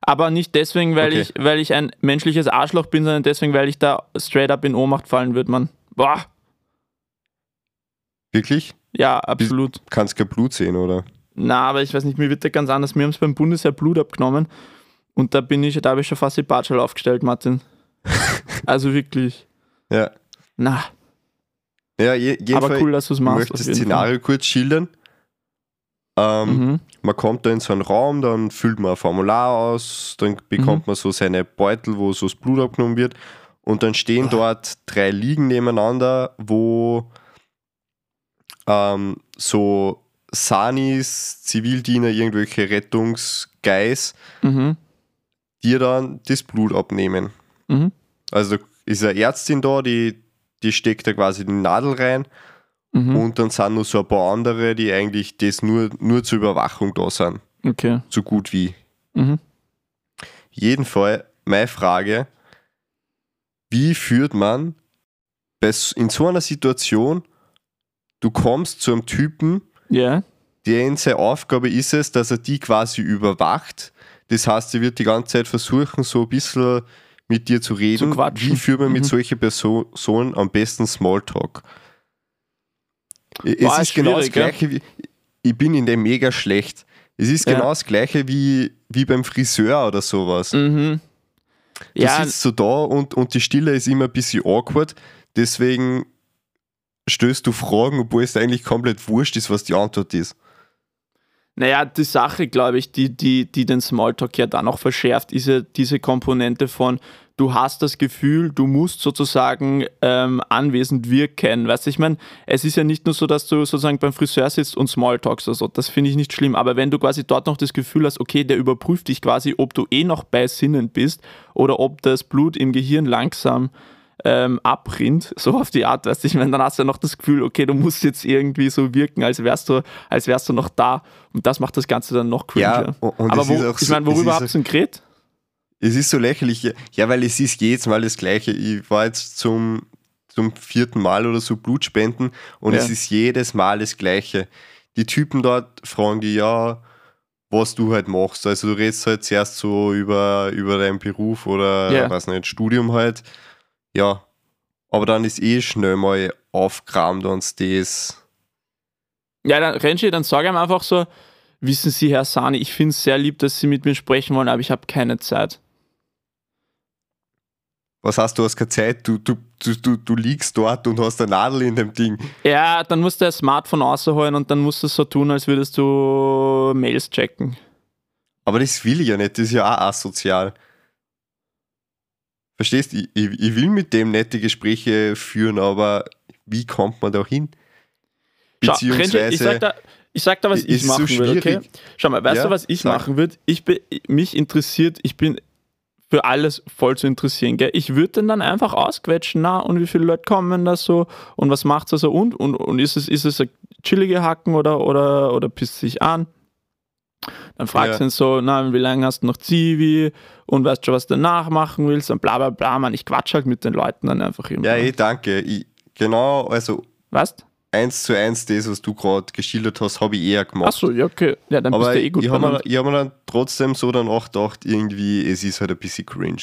Speaker 1: Aber nicht deswegen, weil,
Speaker 2: Okay.
Speaker 1: ich, weil ich ein menschliches Arschloch bin, sondern deswegen, weil ich da straight up in Ohnmacht fallen würde, man. Boah.
Speaker 2: Wirklich?
Speaker 1: Ja, absolut.
Speaker 2: Kannst kein Blut sehen, oder?
Speaker 1: Na, aber ich weiß nicht, mir wird da ganz anders. Mir haben es beim Bundesheer Blut abgenommen. Und da bin ich, da habe ich schon fast die Batschel aufgestellt,
Speaker 2: [LAUGHS]
Speaker 1: Martin. also wirklich.
Speaker 2: Ja.
Speaker 1: Na,
Speaker 2: Ja, je, jeden
Speaker 1: aber
Speaker 2: Fall,
Speaker 1: cool, dass du es
Speaker 2: ich
Speaker 1: machst.
Speaker 2: möchte
Speaker 1: auf
Speaker 2: das
Speaker 1: jeden Fall.
Speaker 2: Szenario kurz schildern. Ähm,
Speaker 1: Mhm.
Speaker 2: man kommt da in so einen Raum, dann füllt man ein Formular aus, dann bekommt man so seine Beutel, wo so das Blut abgenommen wird. Und dann stehen dort drei Liegen nebeneinander, wo ähm, so Sanis, Zivildiener, irgendwelche Rettungsgeis
Speaker 1: Mhm.
Speaker 2: dir dann das Blut abnehmen.
Speaker 1: Mhm.
Speaker 2: Also da ist eine Ärztin da, die, die steckt da quasi die Nadel rein
Speaker 1: Mhm.
Speaker 2: und dann sind noch so ein paar andere, die eigentlich das nur, nur zur Überwachung da sind.
Speaker 1: Okay.
Speaker 2: So gut wie.
Speaker 1: Mhm.
Speaker 2: jeden Fall meine Frage, wie führt man bei, s- in so einer Situation, du kommst zu einem Typen,
Speaker 1: Ja.
Speaker 2: der in seine Aufgabe ist es, dass er die quasi überwacht. Das heißt, er wird die ganze Zeit versuchen, so ein bisschen mit dir zu reden.
Speaker 1: quatschen.
Speaker 2: Wie führt man mit
Speaker 1: Mhm.
Speaker 2: solchen Perso- Personen am besten Smalltalk?
Speaker 1: Boah,
Speaker 2: es
Speaker 1: ist
Speaker 2: ist genau das
Speaker 1: schwierig, gell?
Speaker 2: Gleiche wie. Ich bin in dem mega schlecht. Es ist
Speaker 1: Ja.
Speaker 2: genau das Gleiche wie, wie beim Friseur oder sowas.
Speaker 1: Mhm.
Speaker 2: Du
Speaker 1: Ja,
Speaker 2: sitzt so da und, und die Stille ist immer ein bisschen awkward. Deswegen stößt du Fragen, obwohl es eigentlich komplett wurscht ist, was die Antwort ist.
Speaker 1: Naja, die Sache, glaube ich, die, die, die den Smalltalk ja dann auch verschärft, ist ja diese Komponente von, du hast das Gefühl, du musst sozusagen ähm, anwesend wirken. Weißt du, ich meine, es ist ja nicht nur so, dass du sozusagen beim Friseur sitzt und Smalltalkst oder so. Das finde ich nicht schlimm. Aber wenn du quasi dort noch das Gefühl hast, okay, der überprüft dich quasi, ob du eh noch bei Sinnen bist oder ob das Blut im Gehirn langsam ähm, abrinnt, [LAUGHS] so auf die Art, weißt du, ich meine, dann hast du ja noch das Gefühl, okay, du musst jetzt irgendwie so wirken, als wärst du, als wärst du noch da und das macht das Ganze dann noch cringe.
Speaker 2: Ja, und- und
Speaker 1: Aber
Speaker 2: es
Speaker 1: wo,
Speaker 2: ist auch
Speaker 1: ich
Speaker 2: so-
Speaker 1: meine,
Speaker 2: es
Speaker 1: worüber
Speaker 2: ist
Speaker 1: habt ihr denn geredet?
Speaker 2: Es ist so lächerlich. Ja- Ja, weil es ist jedes Mal das Gleiche. Ich war jetzt zum, zum vierten Mal oder so Blutspenden und
Speaker 1: Ja.
Speaker 2: es ist jedes Mal das Gleiche. Die Typen dort fragen die ja, was du halt machst. Also du redest halt zuerst so über, über deinen Beruf oder
Speaker 1: Ja.
Speaker 2: weiß nicht, Studium halt. Ja. Aber dann ist eh schnell mal aufgekramt und das.
Speaker 1: Ja, dann Renji, dann sag ihm einfach so, wissen Sie, Herr Sani, ich finde es sehr lieb, dass Sie mit mir sprechen wollen, aber ich habe keine Zeit.
Speaker 2: Was hast du hast keine Zeit? Du, du, du, du, du liegst dort und hast eine Nadel in dem Ding.
Speaker 1: Ja, dann musst du das Smartphone rausholen und dann musst du es so tun, als würdest du Mails checken.
Speaker 2: Aber das will ich ja nicht, das ist ja auch asozial. Verstehst du? Ich, ich, ich will mit dem nette Gespräche führen, aber wie kommt man da hin?
Speaker 1: Schau, Renji, ich
Speaker 2: Beziehungsweise,
Speaker 1: sag da, ich sag da was
Speaker 2: ist
Speaker 1: ich
Speaker 2: so
Speaker 1: machen würde, okay?
Speaker 2: schwierig.
Speaker 1: Schau mal, weißt
Speaker 2: Ja,
Speaker 1: du, was ich
Speaker 2: sag.
Speaker 1: machen würde? Ich bin, mich interessiert, ich bin für alles voll zu interessieren, gell? Ich würde den dann einfach ausquetschen, na, und wie viele Leute kommen da so und was macht's da so und, und, und ist es, ist es ein chillige Hacken oder, oder, oder pisst sich an? Dann fragst du
Speaker 2: Ja.
Speaker 1: ihn so, na, wie lange hast du noch Zivi und weißt schon, was du danach machen willst und bla bla bla, man, ich quatsch halt mit den Leuten dann einfach immer.
Speaker 2: ja, eh, danke. Ich, genau, also
Speaker 1: weißt?
Speaker 2: eins zu eins, das, was du gerade geschildert hast, habe ich eher gemacht.
Speaker 1: Achso, ja, okay. Ja, dann
Speaker 2: aber
Speaker 1: bist du eh gut
Speaker 2: ich habe
Speaker 1: beieinander.
Speaker 2: mir, ich hab mir dann trotzdem so danach gedacht, irgendwie, es ist halt ein bisschen cringe.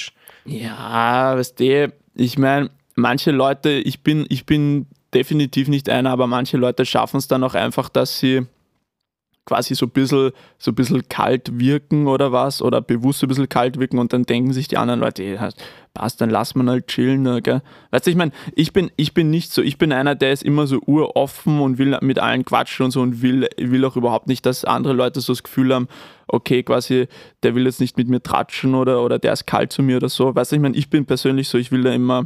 Speaker 1: Ja, weißt du, ich meine, manche Leute, ich bin, ich bin definitiv nicht einer, aber manche Leute schaffen es dann auch einfach, dass sie quasi so ein bisschen, so ein bisschen kalt wirken oder was, oder bewusst ein bisschen kalt wirken und dann denken sich die anderen Leute, ey, passt, dann lass man halt chillen, ne, gell? Weißt du, ich meine, ich bin, ich bin nicht so, ich bin einer, der ist immer so uroffen und will mit allen quatschen und so und will, will auch überhaupt nicht, dass andere Leute so das Gefühl haben, okay, quasi, der will jetzt nicht mit mir tratschen oder, oder der ist kalt zu mir oder so. Weißt du, ich meine, ich bin persönlich so, ich will da immer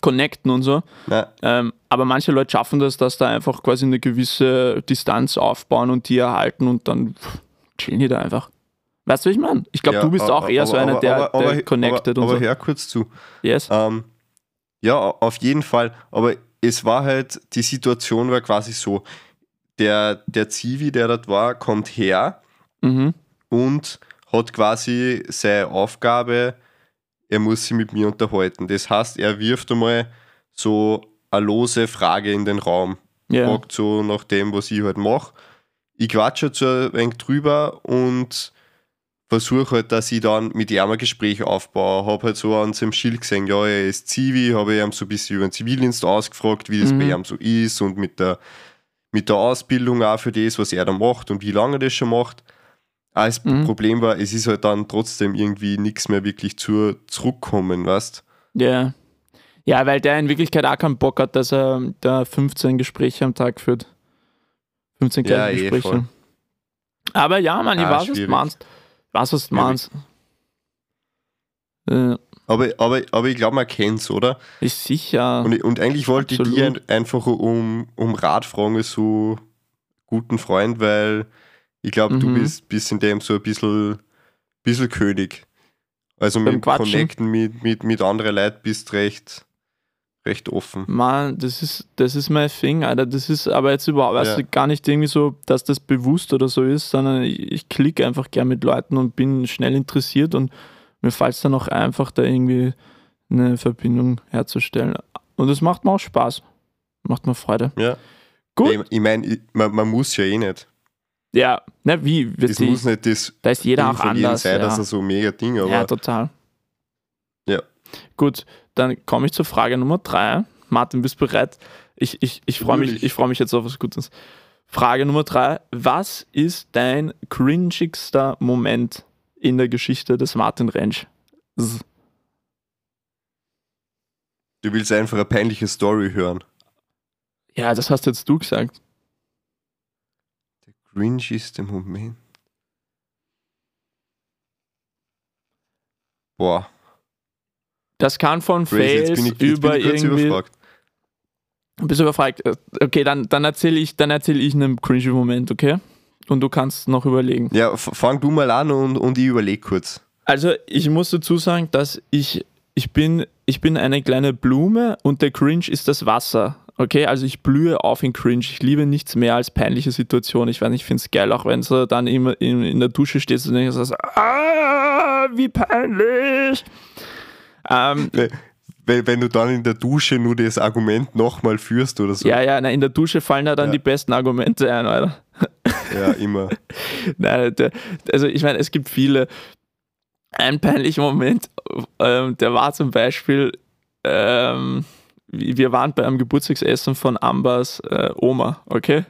Speaker 1: connecten und so.
Speaker 2: Na,
Speaker 1: Ähm, aber manche Leute schaffen das, dass da einfach quasi eine gewisse Distanz aufbauen und die erhalten und dann pff, chillen die da einfach. Weißt du, wie ich meine? Ich glaube,
Speaker 2: ja,
Speaker 1: du bist
Speaker 2: aber-
Speaker 1: auch eher so
Speaker 2: aber-
Speaker 1: einer, der,
Speaker 2: aber- aber-
Speaker 1: der connected
Speaker 2: aber,
Speaker 1: und
Speaker 2: Aber
Speaker 1: so.
Speaker 2: hör kurz zu.
Speaker 1: Yes.
Speaker 2: Ähm, ja, auf jeden Fall. Aber es war halt, die Situation war quasi so: der, der Zivi, der dort war, kommt her
Speaker 1: Mhm.
Speaker 2: und hat quasi seine Aufgabe, er muss sich mit mir unterhalten. Das heißt, er wirft einmal so eine lose Frage in den Raum.
Speaker 1: Ja.
Speaker 2: Fragt so nach dem, was ich halt mache. Ich quatsche halt so ein wenig drüber und versuche halt, dass ich dann mit ihm ein Gespräch aufbaue. Habe halt so an seinem Schild gesehen, ja, er ist Zivi, habe ich ihm so ein bisschen über den Zivildienst ausgefragt, wie das
Speaker 1: Mhm.
Speaker 2: bei ihm so ist und mit der, mit der Ausbildung auch für das, was er da macht und wie lange er das schon macht. Ah, das
Speaker 1: Mhm.
Speaker 2: Problem war, es ist halt dann trotzdem irgendwie nichts mehr wirklich zu, zurückkommen, weißt
Speaker 1: Ja. Ja, weil der in Wirklichkeit auch keinen Bock hat, dass er da 15 Gespräche am Tag führt. 15
Speaker 2: Ja,
Speaker 1: gleiche
Speaker 2: eh,
Speaker 1: Gespräche.
Speaker 2: voll.
Speaker 1: Aber ja, man, ich
Speaker 2: Ah,
Speaker 1: weiß, was du
Speaker 2: schwierig.
Speaker 1: meinst. Was, was du meinst. Äh,
Speaker 2: Aber, aber, aber ich glaube, man kennt es, oder?
Speaker 1: ist sicher.
Speaker 2: Und, und eigentlich wollte ich
Speaker 1: Ah, Absolut.
Speaker 2: dir ein- einfach um, um Rat fragen, so guten Freund, weil ich glaube, du
Speaker 1: Mhm.
Speaker 2: bist, bist in dem so ein bisschen, bisschen König. Also
Speaker 1: Beim
Speaker 2: mit
Speaker 1: Quatschen.
Speaker 2: Connecten mit, mit, mit anderen Leuten bist recht, recht offen.
Speaker 1: Mann, das ist, das ist mein Thing, Alter. Das ist aber jetzt überhaupt weißt
Speaker 2: Ja.
Speaker 1: du, gar nicht irgendwie so, dass das bewusst oder so ist, sondern ich, ich klicke einfach gern mit Leuten und bin schnell interessiert und mir fällt es dann auch einfach, da irgendwie eine Verbindung herzustellen. Und das macht mir auch Spaß. Macht mir Freude.
Speaker 2: Ja.
Speaker 1: Gut.
Speaker 2: Ich, ich meine, man, man muss ja eh nicht.
Speaker 1: Ja, ne, wie? wird
Speaker 2: Es
Speaker 1: die-
Speaker 2: muss nicht das
Speaker 1: da ist jeder
Speaker 2: Ding
Speaker 1: auch
Speaker 2: von jedem
Speaker 1: anders.
Speaker 2: sein,
Speaker 1: ja.
Speaker 2: dass er so mega Ding, aber
Speaker 1: ja, total.
Speaker 2: Ja.
Speaker 1: Gut, dann komme ich zur Frage Nummer drei. Martin, bist du bereit? Ich, ich, ich freue mich,
Speaker 2: Natürlich.
Speaker 1: ich freu mich jetzt auf was Gutes. Frage Nummer drei. Was ist dein cringigster Moment in der Geschichte des Martin Rentsch? S-
Speaker 2: du willst einfach eine peinliche Story hören.
Speaker 1: Ja, das hast jetzt du gesagt.
Speaker 2: Cringe ist der Moment. Boah,
Speaker 1: Das kann von
Speaker 2: Grace, jetzt
Speaker 1: Fails
Speaker 2: bin ich, jetzt bin
Speaker 1: über
Speaker 2: ich kurz
Speaker 1: irgendwie.
Speaker 2: überfragt.
Speaker 1: Bist du überfragt? Äh, Okay, dann, dann erzähle ich, dann erzähl ich einen cringy Moment, okay? Und du kannst noch überlegen.
Speaker 2: Ja, f- fang du mal an und, und ich überlege kurz.
Speaker 1: Also ich muss dazu sagen, dass ich, ich, bin, ich bin eine kleine Blume und der Cringe ist das Wasser. Okay, also ich blühe auf in Cringe. Ich liebe nichts mehr als peinliche Situationen. Ich weiß nicht, ich finde es geil, auch wenn du dann immer in, in der Dusche stehst und denkst, ah, wie peinlich. Ähm,
Speaker 2: Wenn, wenn du dann in der Dusche nur das Argument nochmal führst oder so.
Speaker 1: ja, ja, na, in der Dusche fallen da dann
Speaker 2: Ja.
Speaker 1: die besten Argumente ein, Alter.
Speaker 2: Ja, immer.
Speaker 1: [LAUGHS] Nein, der, also ich meine, es gibt viele. Ein peinlicher Moment, ähm, der war zum Beispiel, ähm, wie- wir waren bei einem Geburtstagsessen von Ambers äh, Oma, okay?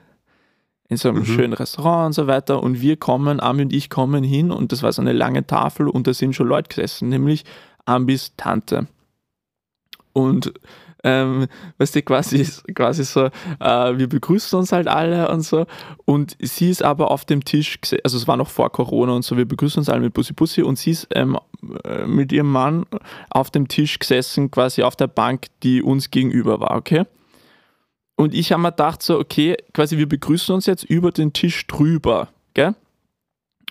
Speaker 1: In so einem
Speaker 2: Mhm.
Speaker 1: schönen Restaurant und so weiter. Und wir kommen, Ami und ich kommen hin und das war so eine lange Tafel und da sind schon Leute gesessen, nämlich Ambis Tante. Und ähm, weißt du, quasi, quasi so, äh, wir begrüßen uns halt alle und so. Und sie ist aber auf dem Tisch, gese- also es war noch vor Corona und so, wir begrüßen uns alle mit Bussi Bussi und sie ist ähm, äh, mit ihrem Mann auf dem Tisch gesessen, quasi auf der Bank, die uns gegenüber war, okay? Und ich habe mir gedacht, so, okay, quasi wir begrüßen uns jetzt über den Tisch drüber, gell?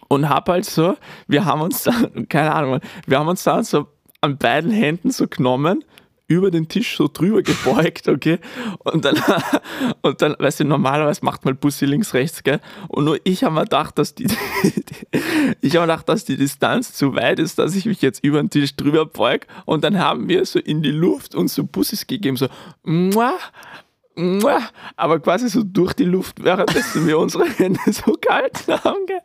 Speaker 1: Und hab halt so, wir haben uns dann, [LAUGHS] keine Ahnung, wir haben uns dann so an beiden Händen so genommen, über den Tisch so drüber [LAUGHS] gebeugt, okay? Und dann, [LAUGHS] und dann, weißt du, normalerweise macht man Bussi links, rechts, gell? Und nur ich habe mir gedacht, dass die, [LAUGHS] ich habe mir gedacht, dass die Distanz zu weit ist, dass ich mich jetzt über den Tisch drüber beug. Und dann haben wir so in die Luft uns so Bussis gegeben, so, muah, muah, aber quasi so durch die Luft, währenddessen wir unsere [LAUGHS] Hände so gehalten haben, gell?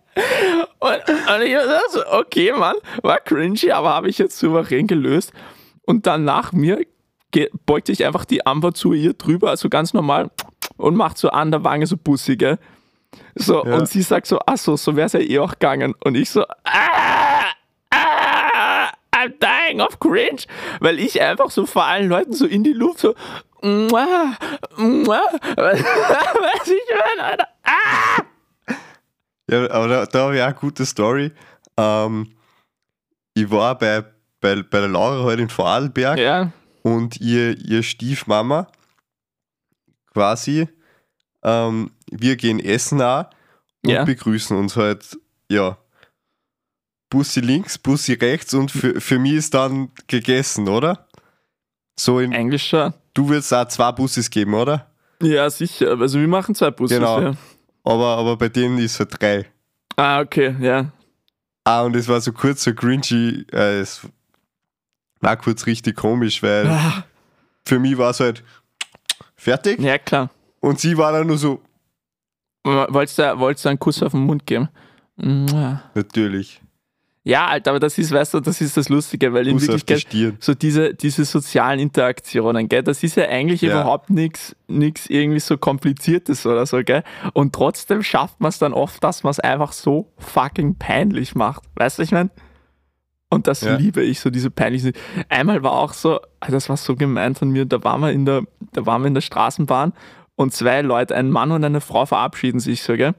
Speaker 1: Und, und ich war so, okay, Mann, war cringy, aber habe ich jetzt souverän gelöst. Und dann nach mir ge- beugte ich einfach die Amber zu ihr drüber, also ganz normal, und macht so an der Wange so Bussi, gell? So,
Speaker 2: Ja.
Speaker 1: und sie sagt so, ach so, so wäre es ja eh auch gegangen. Und ich so, ah, ah, I'm dying of cringe. Weil ich einfach so vor allen Leuten so in die Luft so, muah, muah, [LAUGHS] was ich meine, Alter.
Speaker 2: Ja, aber da, da habe ich auch eine gute Story. Ähm, ich war bei, bei, bei der Laura heute in Vorarlberg
Speaker 1: Ja,
Speaker 2: und ihr, ihr Stiefmama quasi, ähm, wir gehen essen auch und
Speaker 1: Ja.
Speaker 2: begrüßen uns halt, ja, Bussi links, Bussi rechts und für, für mich ist dann gegessen, oder? So in,
Speaker 1: eigentlich schon.
Speaker 2: du willst auch zwei Bussis geben, oder?
Speaker 1: Ja, sicher. Also wir machen zwei Busse.
Speaker 2: Genau.
Speaker 1: Ja.
Speaker 2: Aber, aber bei denen ist halt drei.
Speaker 1: Ah, okay, ja.
Speaker 2: Ah, und es war so kurz, so cringy. Äh, es war kurz richtig komisch, weil
Speaker 1: Ah,
Speaker 2: für mich war es halt fertig.
Speaker 1: Ja, klar. W-
Speaker 2: Und sie war dann nur so,
Speaker 1: Wolltest du, wolltest du einen Kuss auf den Mund geben? Mua.
Speaker 2: natürlich,
Speaker 1: Ja, Alter, aber das ist, weißt du, das ist das Lustige, weil in
Speaker 2: Kuss auf die
Speaker 1: Wirklichkeit
Speaker 2: Stirn.
Speaker 1: so diese, diese sozialen Interaktionen, gell, das ist ja eigentlich
Speaker 2: Ja.
Speaker 1: überhaupt nichts nix irgendwie so kompliziertes oder so, gell? Und trotzdem schafft man es dann oft, dass man es einfach so fucking peinlich macht. Weißt du, ich meine? Und das
Speaker 2: Ja.
Speaker 1: liebe ich, so diese peinlichen. Einmal war auch so, ah, das war so gemein von mir, da waren wir in der, da waren wir in der Straßenbahn und zwei Leute, ein Mann und eine Frau verabschieden sich so, gell?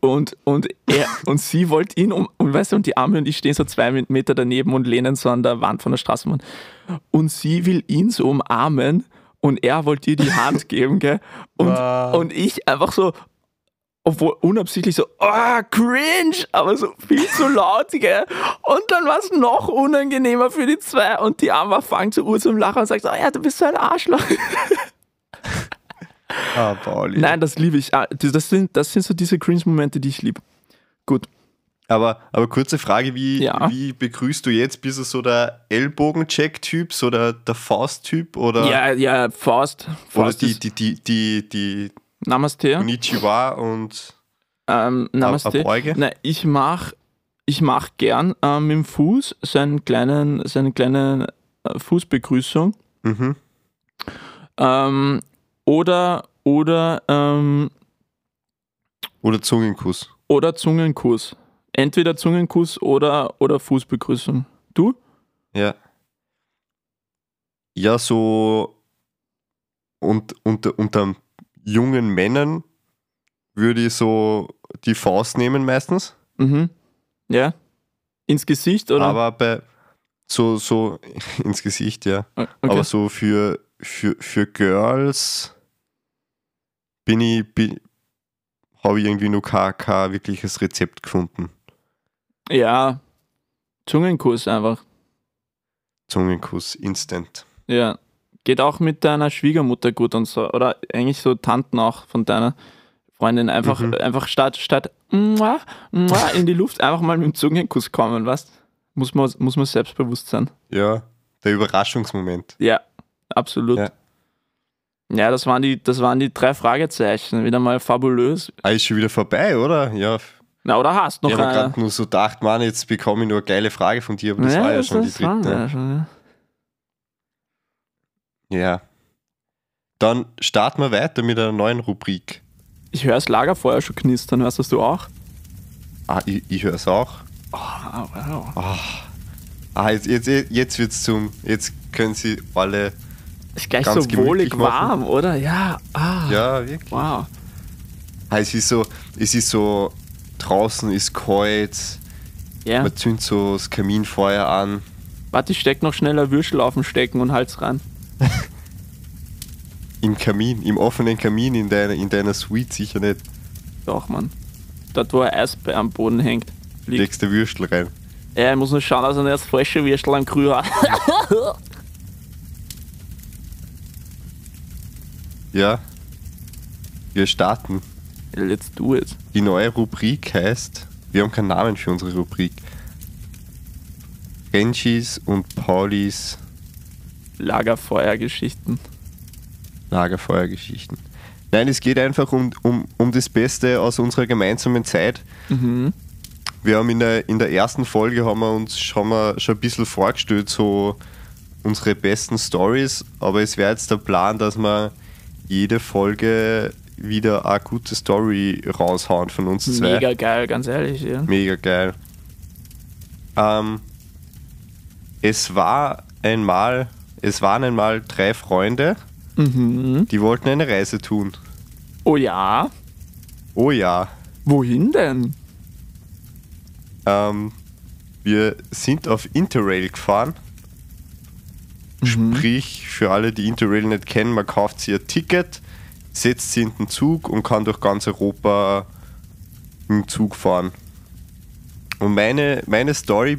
Speaker 1: Und, und er und sie wollte ihn um, und weißt du, und die Arme und ich stehen so zwei Meter daneben und lehnen so an der Wand von der Straßenbahn. Und sie will ihn so umarmen und er wollte ihr die [LAUGHS] Hand geben, gell? Und,
Speaker 2: Wow.
Speaker 1: und ich einfach so, obwohl unabsichtlich so, oh, cringe, aber so viel zu laut, gell? Und dann war es noch unangenehmer für die zwei und die Arme fangen zu Uhr zum Lachen und sagt, oh ja, du bist so ein Arschloch.
Speaker 2: Ah,
Speaker 1: [LAUGHS]
Speaker 2: Pauli.
Speaker 1: Nein, das liebe ich. Ah, Das das sind, das sind so diese Cringe-Momente, die ich liebe. Gut.
Speaker 2: Aber, aber kurze Frage, wie,
Speaker 1: Ja.
Speaker 2: wie begrüßt du jetzt? Bist du so der Ellbogen-Check-Typ, so der, der Faust-Typ oder,
Speaker 1: Ja, ja, Faust.
Speaker 2: oder
Speaker 1: Faust
Speaker 2: die,
Speaker 1: ist-
Speaker 2: die, die, die, die
Speaker 1: Namaste.
Speaker 2: Konnichiwa und
Speaker 1: Ähm, Namaste.
Speaker 2: Abeuge?
Speaker 1: Na, ich mach, ich mach gern ähm, mit dem Fuß so einen kleinen, so eine kleine äh, Fußbegrüßung.
Speaker 2: mhm.
Speaker 1: Ähm, oder, oder, ähm,
Speaker 2: oder Zungenkuss?
Speaker 1: oder Zungenkuss. Entweder Zungenkuss oder, oder Fußbegrüßung. Du?
Speaker 2: Ja. Ja, so und unter, unter jungen Männern würde ich so die Faust nehmen meistens.
Speaker 1: Mhm. Ja? Ins Gesicht oder?
Speaker 2: Aber bei so, so [LAUGHS] ins Gesicht, ja.
Speaker 1: okay.
Speaker 2: Aber so für, für, für Girls bin ich, bin, habe ich irgendwie nur kein, kein wirkliches Rezept gefunden.
Speaker 1: ja. Zungenkuss einfach.
Speaker 2: Zungenkuss, instant.
Speaker 1: Ja. Geht auch mit deiner Schwiegermutter gut und so. Oder eigentlich so Tanten auch von deiner Freundin. Einfach,
Speaker 2: Mhm.
Speaker 1: einfach statt, statt mua, mua in die Luft einfach mal mit dem Zungenkuss kommen, was? Muss man, muss man selbstbewusst sein.
Speaker 2: Ja, der Überraschungsmoment.
Speaker 1: Ja, absolut. Ja.
Speaker 2: Ja.
Speaker 1: das waren die, das waren die drei Fragezeichen. Wieder mal fabulös.
Speaker 2: Ah, ist schon wieder vorbei, oder? Ja,
Speaker 1: Na, oder hast noch
Speaker 2: ich habe
Speaker 1: eine?
Speaker 2: gerade nur so gedacht, Mann, jetzt bekomme ich nur eine geile Frage von dir, aber das
Speaker 1: Ja,
Speaker 2: war ja
Speaker 1: das-
Speaker 2: schon die
Speaker 1: das waren
Speaker 2: dritte.
Speaker 1: wir ja schon, ja.
Speaker 2: Ja. Dann starten wir weiter mit einer neuen Rubrik.
Speaker 1: Ich höre das Lagerfeuer schon knistern, hörst das du auch?
Speaker 2: Ah, ich, ich höre es auch.
Speaker 1: Ah, wow.
Speaker 2: Ah, jetzt, jetzt, jetzt wird's zum. Jetzt können sie alle.
Speaker 1: Ist gleich
Speaker 2: Ganz
Speaker 1: so wohlig
Speaker 2: gemütlich machen.
Speaker 1: warm, oder? Ja. Ah,
Speaker 2: Ja, wirklich.
Speaker 1: wow.
Speaker 2: Ah, es ist so, es ist so, draußen ist kalt,
Speaker 1: Ja.
Speaker 2: man zündet so das Kaminfeuer an.
Speaker 1: Warte, ich steck noch schneller Würschel auf den Stecken und Hals ran.
Speaker 2: Im Kamin, im offenen Kamin in deiner, in deiner Suite sicher nicht.
Speaker 1: Doch, Mann. Dort, wo ein Eisbär am Boden hängt, fliegt.
Speaker 2: Legst der Würstel rein.
Speaker 1: Ja, ich muss nur schauen, dass er nicht das falsche Würstel am Krü hat. [LAUGHS]
Speaker 2: Ja. Wir starten.
Speaker 1: Let's do it.
Speaker 2: Die neue Rubrik heißt, wir haben keinen Namen für unsere Rubrik. Renchis und Paulis
Speaker 1: Lagerfeuergeschichten.
Speaker 2: Lagerfeuergeschichten. Nein, es geht einfach um, um, um das Beste aus unserer gemeinsamen Zeit.
Speaker 1: Mhm.
Speaker 2: Wir haben in der, in der ersten Folge haben wir uns schon mal schon ein bisschen vorgestellt, so unsere besten Stories, aber es wäre jetzt der Plan, dass wir jede Folge wieder eine gute Story raushauen von uns zwei.
Speaker 1: Mega geil, ganz ehrlich. Ja.
Speaker 2: Mega geil. Ähm, es war einmal, es waren einmal drei Freunde,
Speaker 1: Mhm.
Speaker 2: die wollten eine Reise tun.
Speaker 1: Oh ja.
Speaker 2: Oh ja.
Speaker 1: Wohin denn?
Speaker 2: Ähm, wir sind auf Interrail gefahren. Sprich, für alle, die Interrail nicht kennen, man kauft sich ein Ticket, setzt sie in den Zug und kann durch ganz Europa im Zug fahren. Und meine, meine Story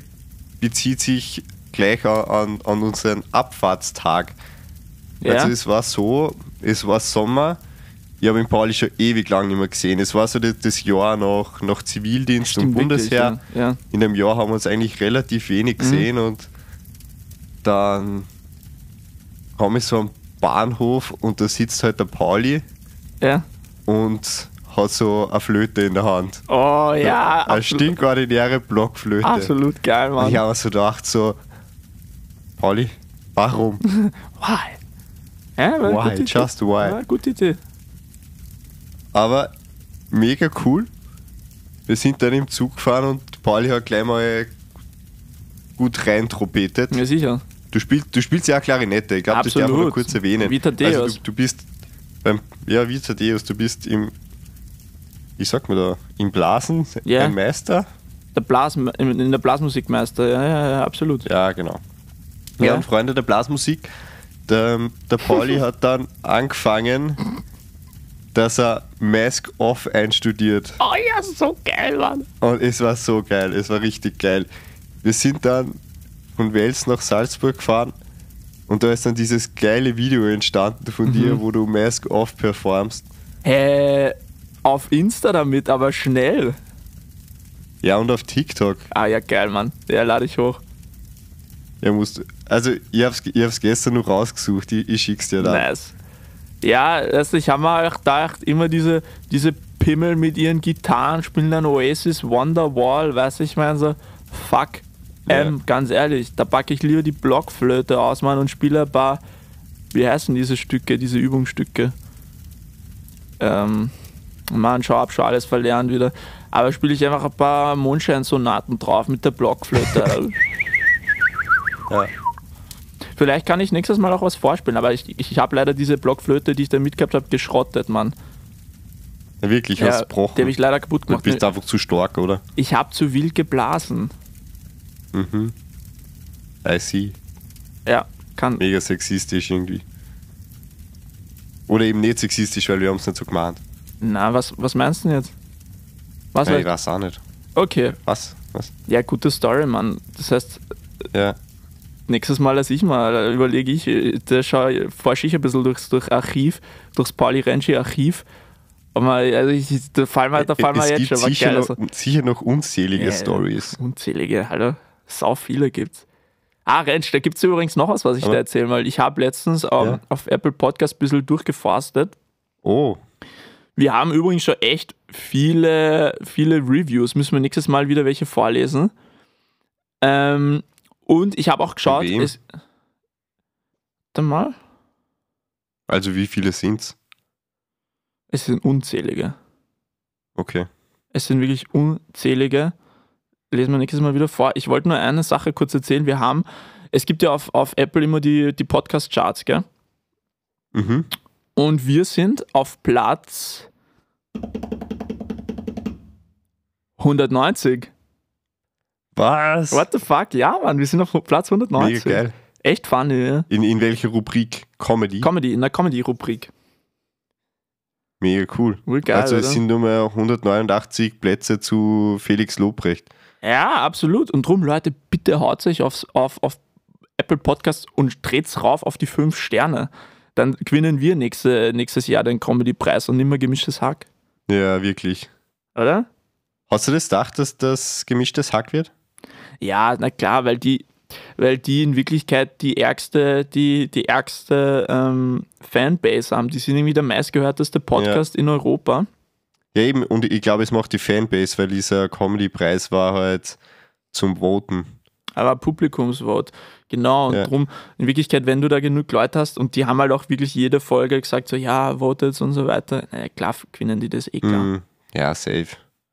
Speaker 2: bezieht sich gleich a- an, an unseren Abfahrtstag.
Speaker 1: Ja.
Speaker 2: Also es war so, es war Sommer, Ich habe den Pauli schon ewig lang nicht mehr gesehen. Es war so das, das Jahr nach, nach Zivildienst und
Speaker 1: Stimmt wirklich,
Speaker 2: Bundesheer.
Speaker 1: ja. Mhm. ja.
Speaker 2: In dem Jahr haben wir uns eigentlich relativ wenig gesehen und dann haben wir so einen Bahnhof und da sitzt halt der Pauli
Speaker 1: Ja.
Speaker 2: und hat so eine Flöte in der Hand.
Speaker 1: Oh ja,
Speaker 2: Eine
Speaker 1: absolut,
Speaker 2: stinkordinäre Blockflöte.
Speaker 1: absolut geil, Mann.
Speaker 2: Ich habe mir so gedacht, so, Pauli, warum?
Speaker 1: Why? Ja, war eine
Speaker 2: Why?
Speaker 1: gute Idee.
Speaker 2: Just why?
Speaker 1: War eine gute Idee.
Speaker 2: Aber mega cool. Wir sind dann im Zug gefahren und Pauli hat gleich mal gut rein trompetet.
Speaker 1: Ja, sicher.
Speaker 2: Du, spiel, du spielst ja auch Klarinette, ich glaube, das darf man
Speaker 1: Absolut.
Speaker 2: noch kurz erwähnen.
Speaker 1: Wie Thaddeus.
Speaker 2: Also du, du bist beim, ja, wie Thaddeus, du bist im, wie sagt man da, im Blasen
Speaker 1: Ja.
Speaker 2: ein Meister.
Speaker 1: Der Blas, in in der Blasmusikmeister, ja, ja, ja, absolut.
Speaker 2: Ja, genau. Ja,
Speaker 1: Ja.
Speaker 2: und Freunde der Blasmusik, der,
Speaker 1: [LAUGHS]
Speaker 2: der Pauli hat dann angefangen, dass er Mask Off einstudiert.
Speaker 1: Oh ja, so geil, Mann.
Speaker 2: Und es war so geil, es war richtig geil. Wir sind dann von Wels nach Salzburg gefahren und da ist dann dieses geile Video entstanden
Speaker 1: Mhm.
Speaker 2: von dir, wo du Mask Off performst.
Speaker 1: Äh, auf Insta damit, aber schnell.
Speaker 2: Ja, und auf TikTok.
Speaker 1: Ah ja, geil, Mann. Ja, lade ich hoch.
Speaker 2: Ja, musst, also, ich hab's, ich hab's gestern noch rausgesucht, ich, ich schick's dir dann.
Speaker 1: Nice. Ja, also ich habe mir auch gedacht, immer diese, diese Pimmel mit ihren Gitarren spielen dann Oasis Wonderwall, weiß ich mein so, fuck. Ähm,
Speaker 2: Ja.
Speaker 1: ganz ehrlich, da packe ich lieber die Blockflöte aus, Mann, und spiele ein paar, wie heißen diese Stücke, diese Übungsstücke? Ähm, Mann, schau ab, schon alles verlernt wieder. Aber spiele ich einfach ein paar Mondscheinsonaten drauf mit der
Speaker 2: [LAUGHS]
Speaker 1: Blockflöte.
Speaker 2: Ja.
Speaker 1: Vielleicht kann ich nächstes Mal auch was vorspielen, aber ich, ich habe leider diese Blockflöte, die ich da mitgehabt habe, geschrottet, Mann.
Speaker 2: Ja, wirklich,
Speaker 1: Ja,
Speaker 2: hast du gebrochen.
Speaker 1: die habe ich leider kaputt
Speaker 2: Du
Speaker 1: gemacht.
Speaker 2: bist einfach zu stark, oder?
Speaker 1: Ich habe zu wild geblasen.
Speaker 2: I see.
Speaker 1: Ja, kann.
Speaker 2: Mega sexistisch irgendwie. Oder eben nicht sexistisch, weil wir haben es nicht so gemeint.
Speaker 1: Na, was, was meinst du denn jetzt? Was?
Speaker 2: Nein, ich
Speaker 1: Ja,
Speaker 2: weiß auch nicht.
Speaker 1: okay.
Speaker 2: Was? Was?
Speaker 1: Ja, gute Story, Mann. Das heißt,
Speaker 2: Ja.
Speaker 1: nächstes Mal lass ich mal, überlege ich, äh, da schau, forsche ich ein bisschen durchs, durch Archiv, durchs Pauli Renci Archiv. Aber also ich, da fallen wir, [LAUGHS] da fallen wir
Speaker 2: es
Speaker 1: jetzt
Speaker 2: gibt
Speaker 1: schon was
Speaker 2: sicher,
Speaker 1: Geiles.
Speaker 2: noch, sicher noch unzählige
Speaker 1: Ja, ja.
Speaker 2: Stories.
Speaker 1: Unzählige, hallo. Sau viele gibt's. Ah, Rentsch, da gibt's übrigens noch was, was ich
Speaker 2: Aber-
Speaker 1: dir erzählen will. Ich habe letztens ähm,
Speaker 2: Ja.
Speaker 1: auf Apple Podcast ein bisschen durchgeforstet.
Speaker 2: Oh,
Speaker 1: Wir haben übrigens schon echt viele, viele Reviews. Müssen wir nächstes Mal wieder welche vorlesen. Ähm, und ich habe auch geschaut.
Speaker 2: wem?
Speaker 1: es- Warte mal.
Speaker 2: also wie viele sind's?
Speaker 1: Es sind unzählige.
Speaker 2: Okay.
Speaker 1: Es sind wirklich unzählige. Lesen wir nächstes Mal wieder vor. Ich wollte nur eine Sache kurz erzählen. Wir haben, es gibt ja auf, auf Apple immer die, die Podcast-Charts, gell?
Speaker 2: Mhm.
Speaker 1: Und wir sind auf Platz 190.
Speaker 2: Was?
Speaker 1: What the fuck? Ja, Mann, wir sind auf Platz
Speaker 2: Mega
Speaker 1: 190.
Speaker 2: geil.
Speaker 1: Echt funny, ja?
Speaker 2: In, in welcher Rubrik? Comedy?
Speaker 1: Comedy, in der Comedy-Rubrik.
Speaker 2: Mega cool.
Speaker 1: Wohl geil,
Speaker 2: also es
Speaker 1: oder?
Speaker 2: sind nur mehr 189 Plätze zu Felix Lobrecht.
Speaker 1: Ja, absolut. Und drum, Leute, bitte haut euch aufs, auf, auf Apple Podcasts und dreht's rauf auf die 5 Sterne. Dann gewinnen wir nächste, nächstes Jahr den Comedy-Preis und nimmer gemischtes Hack,
Speaker 2: Ja, wirklich.
Speaker 1: oder?
Speaker 2: Hast du das gedacht, dass das gemischtes Hack wird?
Speaker 1: Ja, na klar, weil die, weil die in Wirklichkeit die ärgste, die, die ärgste ähm, Fanbase haben. Die sind irgendwie der meistgehörteste Podcast in Europa.
Speaker 2: Ja, eben. Und ich glaube, es macht die Fanbase, weil dieser Comedy-Preis war halt zum Voten.
Speaker 1: Aber Publikumsvote. Genau, und
Speaker 2: Ja.
Speaker 1: drum, in Wirklichkeit, wenn du da genug Leute hast und die haben halt auch wirklich jede Folge gesagt, so ja, votet und so weiter, naja, klar gewinnen die das eh klar.
Speaker 2: Mhm. Ja, safe.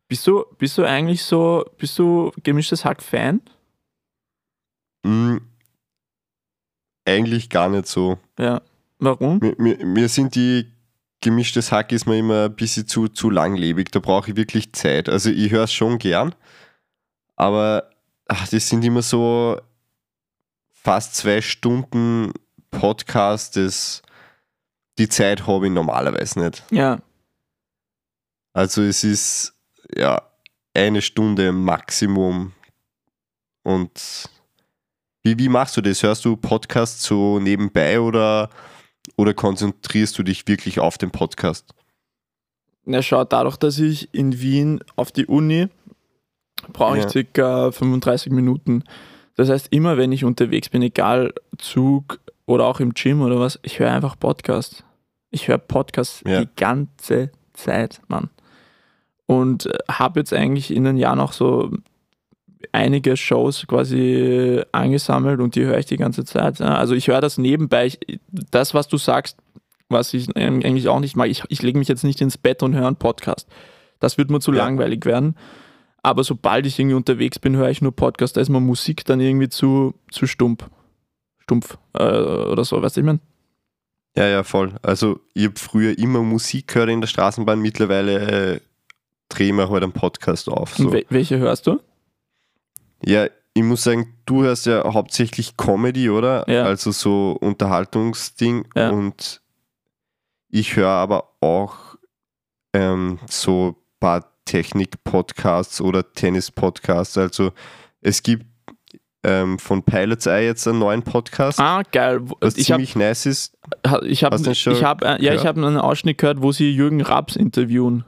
Speaker 1: Bist, du, bist du eigentlich so, bist du gemischtes Hack-Fan?
Speaker 2: Mhm. Eigentlich gar nicht so.
Speaker 1: Ja. Warum?
Speaker 2: Mir, mir, mir sind die gemischtes Hack ist mir immer ein bisschen zu, zu langlebig. Da brauche ich wirklich Zeit. Also ich höre es schon gern, aber ach, das sind immer so fast zwei Stunden Podcast, das die Zeit habe ich normalerweise nicht.
Speaker 1: Ja.
Speaker 2: Also es ist ja eine Stunde Maximum. Und wie, wie machst du das? Hörst du Podcasts so nebenbei oder, oder konzentrierst du dich wirklich auf den Podcast?
Speaker 1: Na schau, dadurch, dass ich in Wien auf die Uni brauche ich
Speaker 2: Ja.
Speaker 1: circa 35 Minuten. Das heißt, immer wenn ich unterwegs bin, egal Zug oder auch im Gym oder was, ich höre einfach Podcasts. Ich höre Podcasts
Speaker 2: Ja.
Speaker 1: die ganze Zeit, Mann. Und habe jetzt eigentlich in den Jahren auch so einige Shows quasi angesammelt und die höre ich die ganze Zeit. ja. Also ich höre das nebenbei. Ich, das, was du sagst, was ich ähm, eigentlich auch nicht mag, ich, ich lege mich jetzt nicht ins Bett und höre einen Podcast. Das wird mir zu
Speaker 2: Ja.
Speaker 1: langweilig werden. Aber sobald ich irgendwie unterwegs bin, höre ich nur Podcast. Da ist mir Musik dann irgendwie zu, zu stumpf. Stumpf äh, oder so, weißt du, ich meine?
Speaker 2: Ja, ja, voll. Also ich habe früher immer Musik gehört in der Straßenbahn, mittlerweile äh, drehen wir halt einen Podcast auf. So.
Speaker 1: Wel welche hörst du?
Speaker 2: Ja, ich muss sagen, du hörst ja hauptsächlich Comedy, oder?
Speaker 1: Ja.
Speaker 2: Also so Unterhaltungsding.
Speaker 1: Ja.
Speaker 2: Und ich höre aber auch ähm, so ein paar Technik-Podcasts oder Tennis-Podcasts. Also es gibt ähm, von Pilots Eye jetzt einen neuen Podcast,
Speaker 1: Ah, geil. Wo-
Speaker 2: was
Speaker 1: Ich habe
Speaker 2: ziemlich nice ist.
Speaker 1: ich hab,
Speaker 2: hast du den
Speaker 1: ich
Speaker 2: schon
Speaker 1: hab, äh, ja, ich
Speaker 2: gehört?
Speaker 1: hab einen Ausschnitt gehört, wo sie Jürgen Raps interviewen.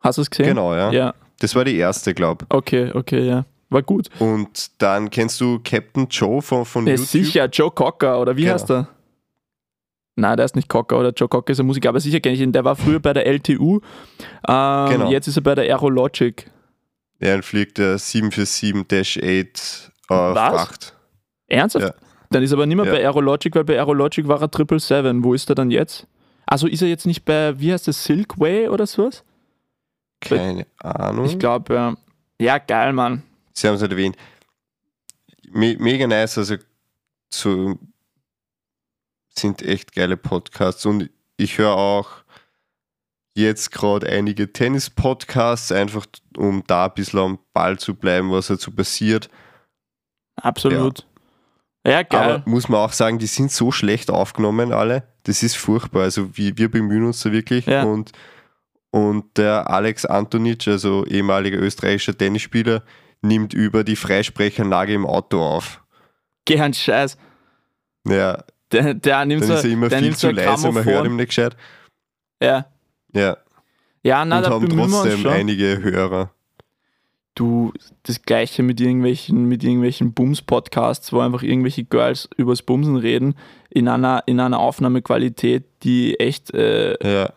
Speaker 1: Hast du es gesehen?
Speaker 2: Genau, ja.
Speaker 1: Ja,
Speaker 2: Das war die erste, glaube
Speaker 1: okay, okay, ja. War gut.
Speaker 2: ich. Und dann kennst du Captain Joe von, von
Speaker 1: Der
Speaker 2: YouTube.
Speaker 1: ist sicher Joe Cocker oder wie
Speaker 2: Genau.
Speaker 1: heißt er? Nein, der ist nicht Cocker oder Joe Cocker ist ein Musiker, aber sicher kenne ich ihn. Der war früher bei der LTU. Ähm,
Speaker 2: Genau.
Speaker 1: Jetzt ist er bei der Aerologic.
Speaker 2: Dann fliegt der 747-8 äh,
Speaker 1: Was?
Speaker 2: Fracht.
Speaker 1: Ernsthaft?
Speaker 2: Ja.
Speaker 1: Dann ist er aber nicht mehr
Speaker 2: Ja.
Speaker 1: bei Aerologic, weil bei Aerologic war er 777. Wo ist er dann jetzt? Also ist er jetzt nicht bei, wie heißt das, Silkway oder sowas?
Speaker 2: Keine Ahnung.
Speaker 1: Ich glaube, ja. Ja, geil, Mann.
Speaker 2: Sie haben es halt erwähnt. Me mega nice, also zu, sind echt geile Podcasts. Und ich höre auch jetzt gerade einige Tennis-Podcasts, einfach um da ein bisschen am Ball zu bleiben, was dazu passiert.
Speaker 1: Absolut. Ja, geil.
Speaker 2: Aber muss man auch sagen, die sind so schlecht aufgenommen, alle. Das ist furchtbar. Also wir, wir bemühen uns da wirklich.
Speaker 1: Ja.
Speaker 2: Und, und der Alex Antonic, also ehemaliger österreichischer Tennisspieler, nimmt über die Freisprechanlage im Auto auf.
Speaker 1: Geh an Scheiß.
Speaker 2: Ja,
Speaker 1: Der, der nimmt
Speaker 2: dann
Speaker 1: so,
Speaker 2: ist er immer
Speaker 1: der
Speaker 2: viel
Speaker 1: nimmt so
Speaker 2: zu
Speaker 1: ein
Speaker 2: leise, man hört
Speaker 1: Grammophon.
Speaker 2: ihm nicht gescheit.
Speaker 1: Ja,
Speaker 2: Ja,
Speaker 1: ja na,
Speaker 2: und
Speaker 1: da
Speaker 2: haben
Speaker 1: bemühen wir uns
Speaker 2: trotzdem
Speaker 1: schon.
Speaker 2: einige Hörer.
Speaker 1: du, das gleiche mit irgendwelchen, mit irgendwelchen Bums-Podcasts, wo einfach irgendwelche Girls übers Bumsen reden, in einer, in einer Aufnahmequalität, die echt äh,
Speaker 2: Ja,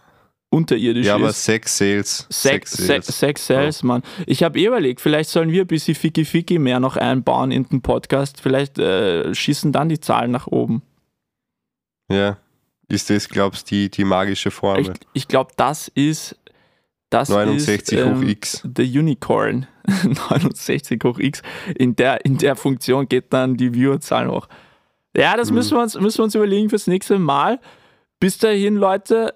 Speaker 1: unterirdisch
Speaker 2: ja aber
Speaker 1: ist.
Speaker 2: Sex Sales.
Speaker 1: Sex, Sex, Sex Sales, Mann. Ich habe eh überlegt, vielleicht sollen wir ein bisschen Ficky Ficky mehr noch einbauen in den Podcast. Vielleicht äh, schießen dann die Zahlen nach oben.
Speaker 2: Ja. Ist das, glaubst du, die, die magische
Speaker 1: Ich,
Speaker 2: Formel?
Speaker 1: ich glaube, das ist. Das
Speaker 2: 69
Speaker 1: ist,
Speaker 2: hoch
Speaker 1: ähm,
Speaker 2: X.
Speaker 1: The Unicorn [LAUGHS] 69 hoch X. In der, in der Funktion geht dann die Viewerzahl hoch. Ja, das
Speaker 2: Mhm.
Speaker 1: müssen, wir uns, müssen wir uns überlegen fürs nächste Mal. Bis dahin, Leute,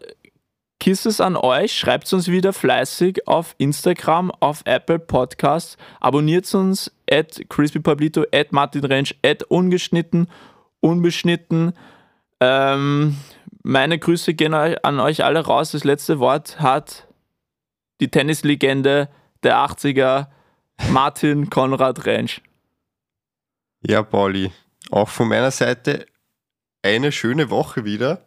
Speaker 1: Kisses an euch. Schreibt uns wieder fleißig auf Instagram, auf Apple Podcasts. Abonniert uns at crispypablito, at martinrensch, at ungeschnitten, unbeschnitten. Ähm, meine Grüße gehen eu- an euch alle raus. Das letzte Wort hat die Tennislegende der 80er, Martin Konrad Rentsch.
Speaker 2: Ja, Pauli. Auch von meiner Seite eine schöne Woche wieder.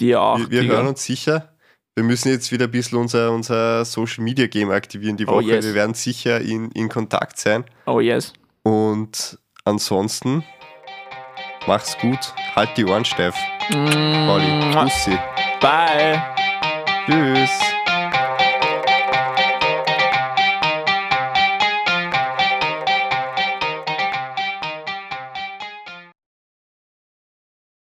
Speaker 1: Die auch.
Speaker 2: wir wir
Speaker 1: die
Speaker 2: hören uns sicher. Wir müssen jetzt wieder ein bisschen unser, unser Social Media Game aktivieren die
Speaker 1: Oh,
Speaker 2: Woche.
Speaker 1: yes.
Speaker 2: Wir werden sicher in, in Kontakt sein.
Speaker 1: Oh yes.
Speaker 2: Und ansonsten, mach's gut. Halt die Ohren steif. Pauli,
Speaker 1: Mua.
Speaker 2: Bussi.
Speaker 1: Mm, Bye.
Speaker 2: Tschüss.